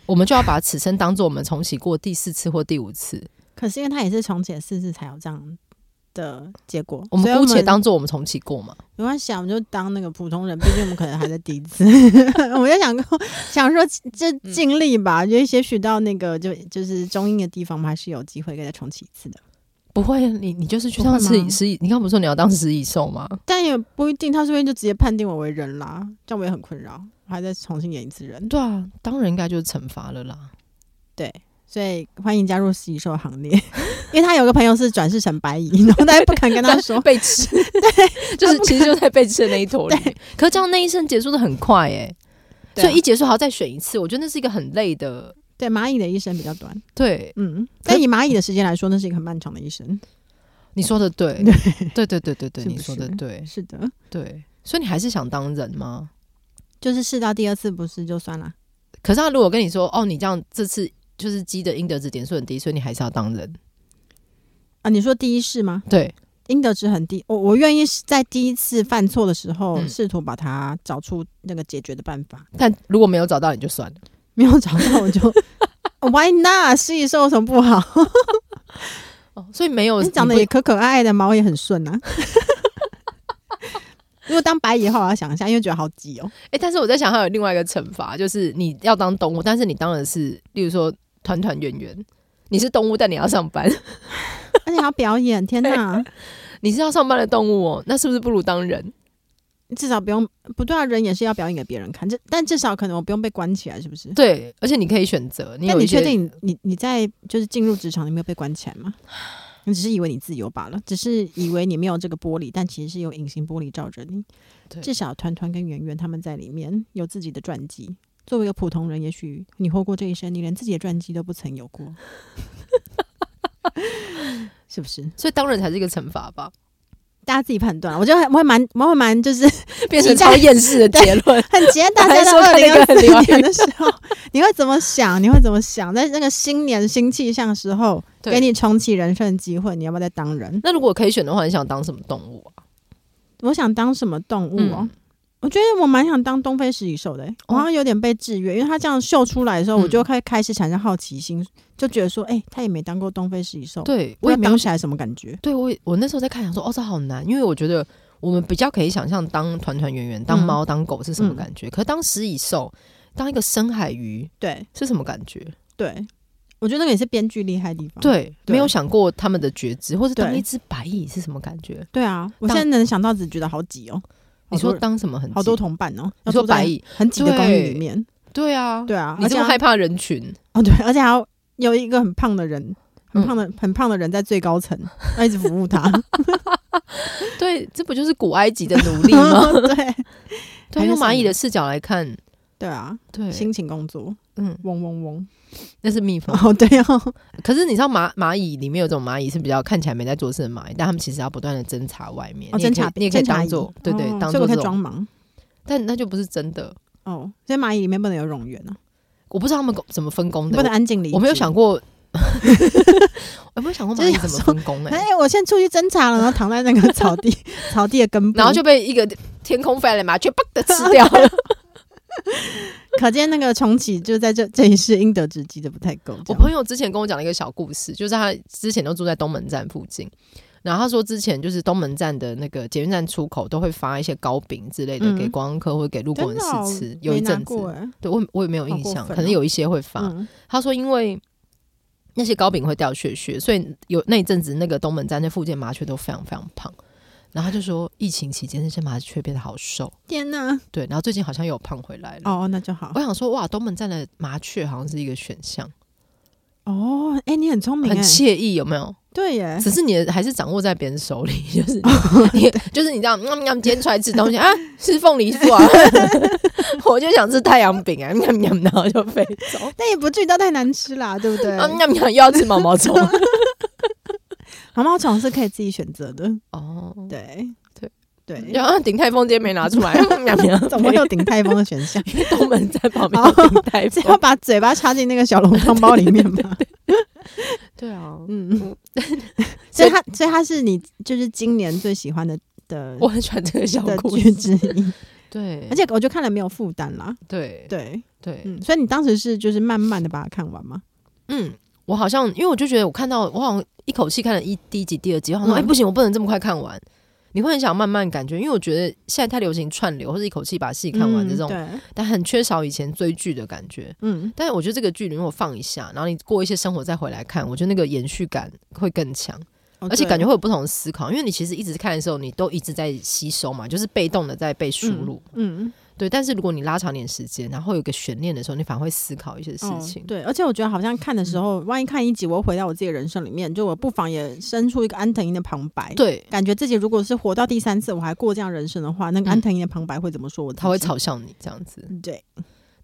Speaker 1: 我们就要把此生当做我们重启过第四次或第五次，
Speaker 3: 可是因为他也是重写四次才有这样的结果，
Speaker 1: 我们
Speaker 3: 所以
Speaker 1: 姑且当做我们重启过嘛。
Speaker 3: 没关系啊，我们就当那个普通人，毕竟我们可能还在第一次。 我就想说，想说就尽力吧，就些许到那个就就是中英的地方，我们还是有机会再重启一次的。
Speaker 1: 不会，啊你你就是去
Speaker 3: 不会
Speaker 1: 当食蚁
Speaker 3: 吗
Speaker 1: 食蚁，你刚不是说你要当食蚁兽吗？
Speaker 3: 但也不一定，他说不定就直接判定我为人啦，这样我也很困扰，我还在重新演一次人。
Speaker 1: 对啊，当然应该就是惩罚了啦。。
Speaker 3: 对，所以欢迎加入食蚁兽行列， 因为他有个朋友是转世成白蚁，然后大家不敢跟他说
Speaker 1: 被 吃，对，就是其实就在被吃的那一坨里面。可是这样那一生结束的很快哎、
Speaker 3: 对啊
Speaker 1: 所以一结束还要再选一次，我觉得那是一个很累的。
Speaker 3: 对，蚂蚁的一生比较短，
Speaker 1: 对，
Speaker 3: 嗯，
Speaker 1: 可
Speaker 3: 但以蚂蚁的时间来说，那是一个很漫长的一生。
Speaker 1: 你说的对，对对对对对，
Speaker 3: 是不
Speaker 1: 你说的
Speaker 3: 是
Speaker 1: 对
Speaker 3: 是的，
Speaker 1: 对。所以你还是想当人吗？
Speaker 3: 就是试到第二次不是就算了。
Speaker 1: 可是他如果跟你说哦，你这样这次就是鸡的应得值点数很低，所以你还是要当人。
Speaker 3: 啊，你说第一世吗？
Speaker 1: 对，
Speaker 3: 应得值很低，我我愿意在第一次犯错的时候，
Speaker 1: 嗯
Speaker 3: 试图把它找出那个解决的办法，
Speaker 1: 但如果没有找到你就算了。
Speaker 3: 没有找到 我就 Why not？试一试有什么不好？
Speaker 1: 哦，所以没有
Speaker 3: 你长得
Speaker 1: 不
Speaker 3: 也可可爱爱的，毛也很顺 啊。如果当白蚁的话，我要想一下，因为觉得好挤哦。
Speaker 1: 哎、但是我在想，还有另外一个惩罚，就是你要当动物，但是你当的是，例如说团团圆圆，你是动物，但你要上班，
Speaker 3: 而且还要表演，天 哪！
Speaker 1: 你是要上班的动物哦，那是不是不如当人？
Speaker 3: 至少不用不对啊，人也是要表演给别人看，这但至少可能我不用被关起来，是不是？
Speaker 1: 对，而且你可以选择，你
Speaker 3: 但
Speaker 1: 有一
Speaker 3: 你
Speaker 1: 些
Speaker 3: 确定你你你在就是进入职场，你没有被关起来吗？你只是以为你自由罢了，只是以为你没有这个玻璃，但其实是有隐形玻璃罩着你
Speaker 1: 对。
Speaker 3: 至少团团跟圆圆他们在里面有自己的传记。作为一个普通人，也许你活过这一生，你连自己的传记都不曾有 过，是不是？
Speaker 1: 所以当人才是一个惩罚 吧，
Speaker 3: 大家自己判断啊。我觉得我会蛮，我会蛮，就是
Speaker 1: 变成
Speaker 3: 期待
Speaker 1: 超厌世的结 论。
Speaker 3: 很期待大家在
Speaker 1: 我还
Speaker 3: 二
Speaker 1: 说
Speaker 3: 零
Speaker 1: 看那个
Speaker 3: 二
Speaker 1: 很
Speaker 3: 四
Speaker 1: 疗
Speaker 3: 年
Speaker 1: 愈
Speaker 3: 的时候， 你会怎么想？你会怎么想？在那个新年新气象的时候，
Speaker 1: 对
Speaker 3: 给你重启人生的机会，你要不要再当人？
Speaker 1: 那如果可以选的话，你想当什么动物啊？
Speaker 3: 我想当什么动物哦？
Speaker 1: 嗯
Speaker 3: 我觉得我蛮想当东非食蚁兽的、欸我好像有点被制约，因为它这样秀出来的时候，
Speaker 1: 哦嗯
Speaker 3: 我就开开始产生好奇心，就觉得说，哎、他也没当过东非食蚁兽，
Speaker 1: 对，哦我
Speaker 3: 我
Speaker 1: 也
Speaker 3: 也
Speaker 1: 没
Speaker 3: 当
Speaker 1: 有，
Speaker 3: 起来什么感觉？
Speaker 1: 对我也我那时候在看，想说哦，这好难，因为我觉得我们比较可以想象当团团圆圆、当
Speaker 3: 嗯
Speaker 1: 猫、当狗是什么
Speaker 3: 嗯
Speaker 1: 感觉，可是当食蚁兽、当一个深海鱼
Speaker 3: 对
Speaker 1: 是什么感觉？
Speaker 3: 对，我觉得那个也是编剧厉害的地方。
Speaker 1: 对，
Speaker 3: 哦
Speaker 1: 啊
Speaker 3: 对
Speaker 1: 没有想过他们的觉知，或者当
Speaker 3: 对
Speaker 1: 一只白蚁是什么感觉？
Speaker 3: 对啊，我现
Speaker 1: 当
Speaker 3: 在能想到只觉得好挤哦。
Speaker 1: 你
Speaker 3: 好
Speaker 1: 说
Speaker 3: 多人
Speaker 1: 当什么很
Speaker 3: 好多
Speaker 1: 挤
Speaker 3: 同伴哦，
Speaker 1: 你
Speaker 3: 要
Speaker 1: 说
Speaker 3: 住在
Speaker 1: 白蚁
Speaker 3: 很挤的公寓
Speaker 1: 对
Speaker 3: 里面，
Speaker 1: 对啊，
Speaker 3: 对啊，
Speaker 1: 你
Speaker 3: 而
Speaker 1: 这
Speaker 3: 且
Speaker 1: 么
Speaker 3: 还
Speaker 1: 害怕人群，
Speaker 3: 哦对，而且还要有一个很胖的人，很
Speaker 1: 嗯
Speaker 3: 胖的很胖的人在最高层，要一直服 务他，
Speaker 1: 对，这不就是古埃及的 奴隶吗？
Speaker 3: 对
Speaker 1: 对，
Speaker 3: 还是
Speaker 1: 用蚂
Speaker 3: 什
Speaker 1: 蚁
Speaker 3: 么
Speaker 1: 的视角来看，
Speaker 3: 对啊，
Speaker 1: 对，
Speaker 3: 辛勤工作，
Speaker 1: 嗯，
Speaker 3: 嗡嗡嗡，
Speaker 1: 那是蜜蜂。
Speaker 3: 哦对哦，
Speaker 1: 可是你知道蚂蚂蚁里面有种蚂蚁是比较看起来没在做事的蚂蚁，但它们其实要不断的侦查外面，
Speaker 3: 哦
Speaker 1: 你也
Speaker 3: 侦
Speaker 1: 可以
Speaker 3: 察
Speaker 1: 你也可以
Speaker 3: 侦察
Speaker 1: 当
Speaker 3: 蚁
Speaker 1: 做对对
Speaker 3: 哦，
Speaker 1: 当
Speaker 3: 所以
Speaker 1: 做
Speaker 3: 我可
Speaker 1: 这
Speaker 3: 以装
Speaker 1: 种，
Speaker 3: 忙
Speaker 1: 但那就不是真的。
Speaker 3: 哦，所以蚂蚁里面不能有冗员啊，
Speaker 1: 我不知道他们怎么分工
Speaker 3: 你
Speaker 1: 的，
Speaker 3: 不能安静离，
Speaker 1: 嗯我没有想。过， 我没有想过
Speaker 3: 就
Speaker 1: 蚂
Speaker 3: 是
Speaker 1: 蚁
Speaker 3: 有
Speaker 1: 怎么
Speaker 3: 时候
Speaker 1: 分工哎、
Speaker 3: 哎、我先出去侦查了，然后躺在那个草地草地的根部，
Speaker 1: 然后就被一个天空飞来的麻雀啪的吃掉了。
Speaker 3: 可见那个重启就在这这一世应得之机的不太够。
Speaker 1: 我朋友之前跟我讲了一个小故事，就是他之前都住在东门站附近，然后他说之前就是东门站的那个捷运站出口都会发一些糕饼之类的
Speaker 3: 嗯
Speaker 1: 给观光客或者给路过人士吃，有一阵子，
Speaker 3: 哎、
Speaker 1: 对我也我也没有印
Speaker 3: 好
Speaker 1: 象，
Speaker 3: 过分哦
Speaker 1: 可能有一些会发。
Speaker 3: 嗯
Speaker 1: 他说因为。那些糕饼会掉屑屑，所以有那一阵子，那个东门站那附近麻雀都非常非常胖。然后他就说，疫情期间那些麻雀变得好瘦，
Speaker 3: 天哪！
Speaker 1: 对。然后最近好像又胖回来了。
Speaker 3: 哦，那就好
Speaker 1: 我。想说，哇，东门站的麻雀好像是一个选项，
Speaker 3: 哦，哎、你很哎聪明、
Speaker 1: 很
Speaker 3: 哎，
Speaker 1: 惬意，有没有？
Speaker 3: 对耶。
Speaker 1: 只是你的还是掌握在别人手里， 就是
Speaker 3: 哦
Speaker 1: 你你就是你这样，喵喵，今天出来吃东西啊，是凤梨酥啊， 我就想吃太阳饼啊，喵喵，然后就飞走，
Speaker 3: 但也不至于到太难吃 啦，对不对？
Speaker 1: 啊喵喵，又要吃毛毛 虫。
Speaker 3: 毛毛虫是可以自己选择的，
Speaker 1: 哦，
Speaker 3: 对
Speaker 1: 对
Speaker 3: 对，
Speaker 1: 然后顶泰丰今天没拿出 来，喵喵，
Speaker 3: 总会有顶泰丰的选 项，
Speaker 1: 因为东门在旁
Speaker 3: 哦
Speaker 1: 边有顶泰
Speaker 3: 只要
Speaker 1: 丰，
Speaker 3: 把嘴巴插进那个小笼汤包里面 嘛。
Speaker 1: 对啊，
Speaker 3: 嗯， 所以它所以它是你就是今年最喜欢的的
Speaker 1: 我很喜欢这个小
Speaker 3: 的
Speaker 1: 故
Speaker 3: 剧
Speaker 1: 事，
Speaker 3: 之一，
Speaker 1: 对，
Speaker 3: 而且我就看了没有负担啦。
Speaker 1: 对
Speaker 3: 对，
Speaker 1: 对，
Speaker 3: 嗯，所以你当时是就是慢慢的把它看完吗？
Speaker 1: 嗯，我好像因为我就觉得我看到我好像一口气看了一第一集、第二集，我想说
Speaker 3: 嗯
Speaker 1: 哎、不行，我不能这么快看完。你会很想慢慢感觉，因为我觉得现在太流行串流或者一口气把戏看完
Speaker 3: 嗯
Speaker 1: 这种，
Speaker 3: 对，
Speaker 1: 但很缺少以前追剧的感觉。
Speaker 3: 嗯，
Speaker 1: 但是我觉得这个剧如果放一下，然后你过一些生活再回来看，我觉得那个延续感会更强，
Speaker 3: 哦
Speaker 1: 而且
Speaker 3: 对
Speaker 1: 感觉会有不同的思考。因为你其实一直看的时候，你都一直在吸收嘛，就是被动的在被输入。
Speaker 3: 嗯
Speaker 1: 对，但是如果你拉长点时间，然后有一个悬念的时候，你反而会思考一些事
Speaker 3: 哦
Speaker 1: 情。嗯
Speaker 3: 对，而且我觉得好像看的时候，万一看一集，我回到我自己的人生里面，就我不妨也生出一个安藤樱的旁白。
Speaker 1: 对，
Speaker 3: 感觉自己如果是活到第三次，我还过这样人生的话，那个安藤樱的旁白会怎么说我自
Speaker 1: 嗯
Speaker 3: 己？嗯
Speaker 1: 他会嘲笑你这样子。
Speaker 3: 对，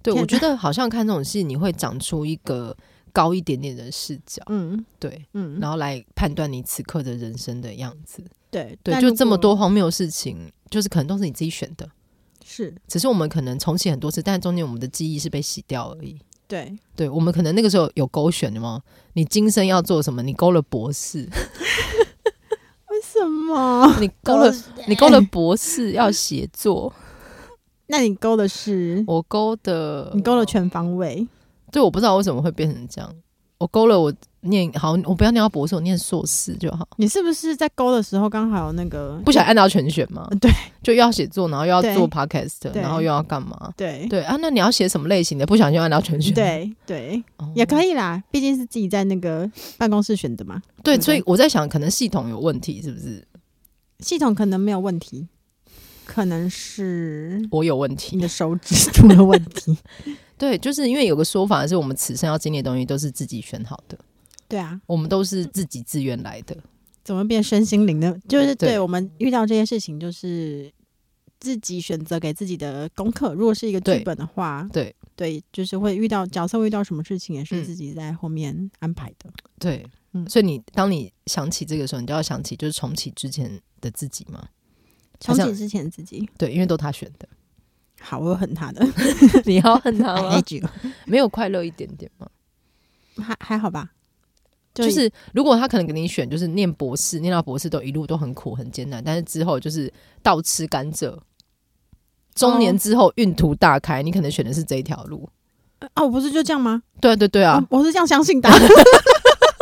Speaker 1: 对，
Speaker 3: 嗯天
Speaker 1: 我觉得好像看这种戏，你会长出一个高一点点的视角，
Speaker 3: 嗯
Speaker 1: 对，
Speaker 3: 嗯，
Speaker 1: 然后来判断你此刻的人生的样子。
Speaker 3: 对
Speaker 1: 对，
Speaker 3: 但
Speaker 1: 就
Speaker 3: 如
Speaker 1: 这么
Speaker 3: 果
Speaker 1: 多荒谬的事情，就是可能都是你自己选的，
Speaker 3: 是，
Speaker 1: 只是我们可能重启很多次，但中间我们的记忆是被洗掉而已。
Speaker 3: 对，
Speaker 1: 对，我们可能那个时候有勾选的吗？你今生要做什么？你勾了博 士，
Speaker 3: 为什么？
Speaker 1: 你勾了， 你勾了博士要写作，
Speaker 3: 哎那你勾的是
Speaker 1: 我呃勾的，
Speaker 3: 你勾了全方位，
Speaker 1: 对，我不知道为什么会变成这样。我勾了我念好，我不要念到博士，我念硕士就好。
Speaker 3: 你是不是在勾的时候刚好有那个
Speaker 1: 不想按照全选嘛？
Speaker 3: 对，
Speaker 1: 就又要写作，然后又要
Speaker 3: 对
Speaker 1: 做 podcast，
Speaker 3: 对
Speaker 1: 然后又要干嘛？
Speaker 3: 对
Speaker 1: 对啊，那你要写什么类型的？不小心按照全选，，
Speaker 3: 对对
Speaker 1: 哦
Speaker 3: 也可以啦，毕竟是自己在那个办公室选的嘛，对
Speaker 1: 对，
Speaker 3: 不对
Speaker 1: 所以我在想，可能系统有问题，是不是？
Speaker 3: 系统可能没有问题，可能是
Speaker 1: 我有问
Speaker 3: 你
Speaker 1: 题。
Speaker 3: 的手指出了问 题。
Speaker 1: 对，就是因为有个说法是我们此生要经历的东西都是自己选好的，
Speaker 3: 对啊，
Speaker 1: 我们都是自己自愿来的。
Speaker 3: 怎么变身心灵的？就是
Speaker 1: 对
Speaker 3: 对我们遇到这些事情，就是自己选择给自己的功课。如果是一个
Speaker 1: 对
Speaker 3: 剧本的话，
Speaker 1: 对
Speaker 3: 对，就是会遇到角色会遇到什么事情，也
Speaker 1: 嗯
Speaker 3: 是自己在后面安排的。
Speaker 1: 对，
Speaker 3: 嗯
Speaker 1: 所以你当你想起这个时候，你就要想起就是重启之前的自己嘛。好
Speaker 3: 重
Speaker 1: 像
Speaker 3: 启之前自己，
Speaker 1: 对，因为都他选的，
Speaker 3: 好，我恨他的
Speaker 1: 你要啊恨他
Speaker 3: ，I
Speaker 1: 吗？
Speaker 3: hate you
Speaker 1: 没有快乐一点点吗？
Speaker 3: 还还好吧？就
Speaker 1: 就是如果他可能给你选，就是念博士，念到博士都一路都很苦很艰难，但是之后就是倒吃甘蔗，中年之后运途大开，你可能选的是这一条路。
Speaker 3: 啊，我不是就这样吗？
Speaker 1: 对啊对对啊，
Speaker 3: 我我是这样相信的啊。不然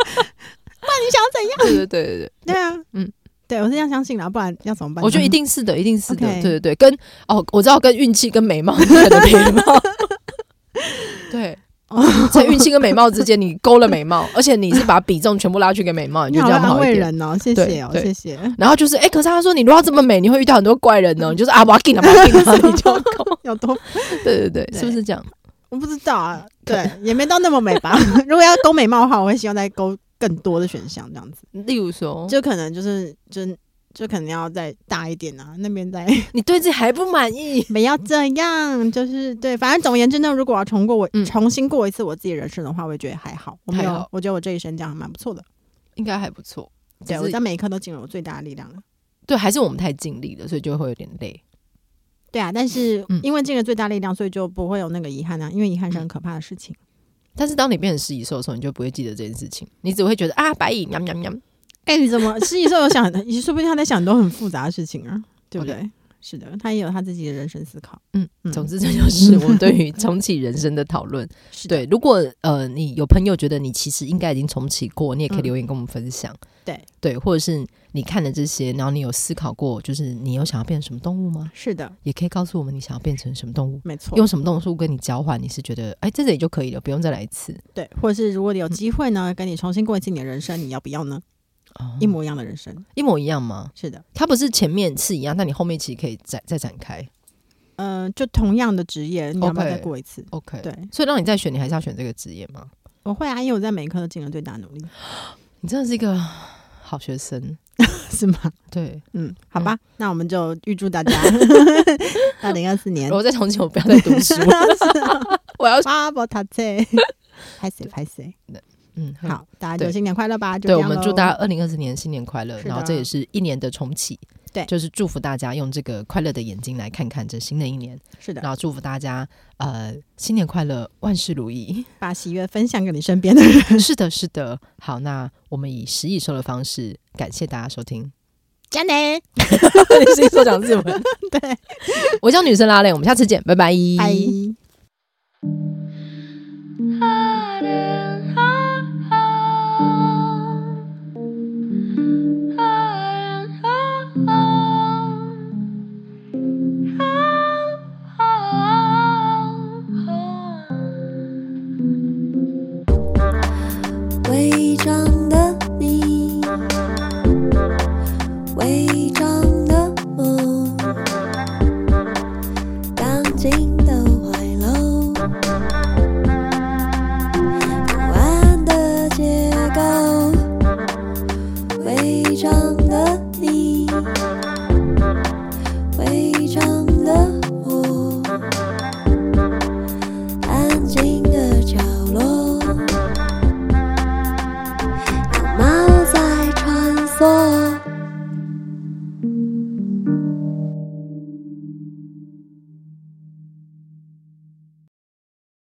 Speaker 3: 你想要怎
Speaker 1: 对对对
Speaker 3: 样？
Speaker 1: 对对，
Speaker 3: 对啊，
Speaker 1: 嗯
Speaker 3: 嗯，对我是这样相信的啊，不然要怎么办呢？
Speaker 1: 我觉得一定是的，一定是的
Speaker 3: OK
Speaker 1: 对对对， 跟哦，我知道跟运气跟美貌有关的美貌，对在运气跟美貌之间，你勾了美貌， 而且你是把比重全部拉去给美貌，你
Speaker 3: 嗯你
Speaker 1: 就这
Speaker 3: 好会
Speaker 1: 样
Speaker 3: 安
Speaker 1: 好一
Speaker 3: 慰
Speaker 1: 点。
Speaker 3: 人哦，谢谢哦，
Speaker 1: 对对
Speaker 3: 谢谢。
Speaker 1: 然后就是，哎、可是他说你如果要这么美，你会遇到很多怪人 呢。你就是啊，我要进了，我要进了，你 就勾。
Speaker 3: 有多
Speaker 1: 对对对，
Speaker 3: 对
Speaker 1: 是不是这样？
Speaker 3: 我不知 道啊，对，也没到那么美吧。 如果要勾美貌的话，我会希望再勾更多的选项，这样子
Speaker 1: 例如说，就
Speaker 3: 就可能就是就就可能要再大一点啊，那 边再，
Speaker 1: 你对自己还不满意
Speaker 3: 不要这样，就是对，反正总而言之呢，如果我要重过我、
Speaker 1: 嗯
Speaker 3: 重新过一次我自己人生的话，我也觉得还好，我没
Speaker 1: 还
Speaker 3: 有
Speaker 1: 好，
Speaker 3: 我觉得我这一生这样还蛮不错的。
Speaker 1: 应该还不错。
Speaker 3: 对，
Speaker 1: 只
Speaker 3: 我
Speaker 1: 是
Speaker 3: 在每一刻都尽了我最大的力量了。
Speaker 1: 对，还是我们太尽力了，所以就会有点累。
Speaker 3: 对啊，但是
Speaker 1: 嗯
Speaker 3: 因为尽了最大力量，所以就不会有那个遗憾啊，因为遗憾是很可怕的事情。
Speaker 1: 但是当你变成失忆兽的时候，你就不会记得这件事情，你只会觉得啊，白蚁，喵喵喵。
Speaker 3: 哎、你怎么是一兽有想， 你说不定他在想很多很复杂的事情啊，对不对是的，他也有他自己的人生思考。
Speaker 1: 嗯，
Speaker 3: 嗯
Speaker 1: 总之这 就是我们对于重启人生的讨论。
Speaker 3: 是的
Speaker 1: 对，如果呃你有朋友觉得你其实应该已经重启过，你也可以
Speaker 3: 嗯
Speaker 1: 留言跟我们分享。
Speaker 3: 对
Speaker 1: 对，或者是你看了这些，然后你有思考过，就是你有想要变成什么动物吗？
Speaker 3: 是的，
Speaker 1: 也可以告诉我们你想要变成什么动物，
Speaker 3: 没错。
Speaker 1: 用什么动物跟你交换，你是觉得哎在这里就可以了，不用再来一次。
Speaker 3: 对，或者是如果你
Speaker 1: 嗯
Speaker 3: 有机会呢，跟你重新过一次你的人生，你要不要呢？
Speaker 1: 哦
Speaker 3: 一模一样的人生，
Speaker 1: 一模一样吗？
Speaker 3: 是的，
Speaker 1: 它不是前面是一样，但你后面其实可以再再展开。
Speaker 3: 嗯、就同样的职业，你要不要
Speaker 1: OK
Speaker 3: 再过一次
Speaker 1: OK，，
Speaker 3: 对，
Speaker 1: 所以让你再选，你还是要选这个职业吗？
Speaker 3: 我会啊，因为我在每一科都尽了最大努力，
Speaker 1: 你真的是一个好学生。
Speaker 3: 是吗？
Speaker 1: 对，
Speaker 3: 嗯，好吧，那我们就预 祝大家 二零二四年
Speaker 1: 我再重启，我不要再读书， 我要
Speaker 3: 巴博塔切，拍谁拍谁，
Speaker 1: 嗯，很
Speaker 3: 好，大家就
Speaker 1: 对
Speaker 3: 新年快乐吧，就
Speaker 1: 对，
Speaker 3: 这
Speaker 1: 我
Speaker 3: 样
Speaker 1: 们祝
Speaker 3: 咯
Speaker 1: 大家二零二四年新年快乐，
Speaker 3: 是的
Speaker 1: 然后这也是一年的重启，
Speaker 3: 对
Speaker 1: 就是祝福大家用这个快乐的眼睛来看看这新的一年，
Speaker 3: 是的
Speaker 1: 然，后祝福大家呃新年快乐，万事如 意。
Speaker 3: 把喜悦分享给你身边 的人，
Speaker 1: 是的，是的。好，那我们以十亿收的方式感谢大家收 听，
Speaker 3: 加内，
Speaker 1: 十亿收讲日文，
Speaker 3: 对，
Speaker 1: 嗯我叫女生拉蕾，我们下次见，拜拜，
Speaker 3: 拜。
Speaker 2: Haren, haren, haren, haren. 伪装的你，伪装的我，钢筋的怀楼。不安的结构，伪装的你，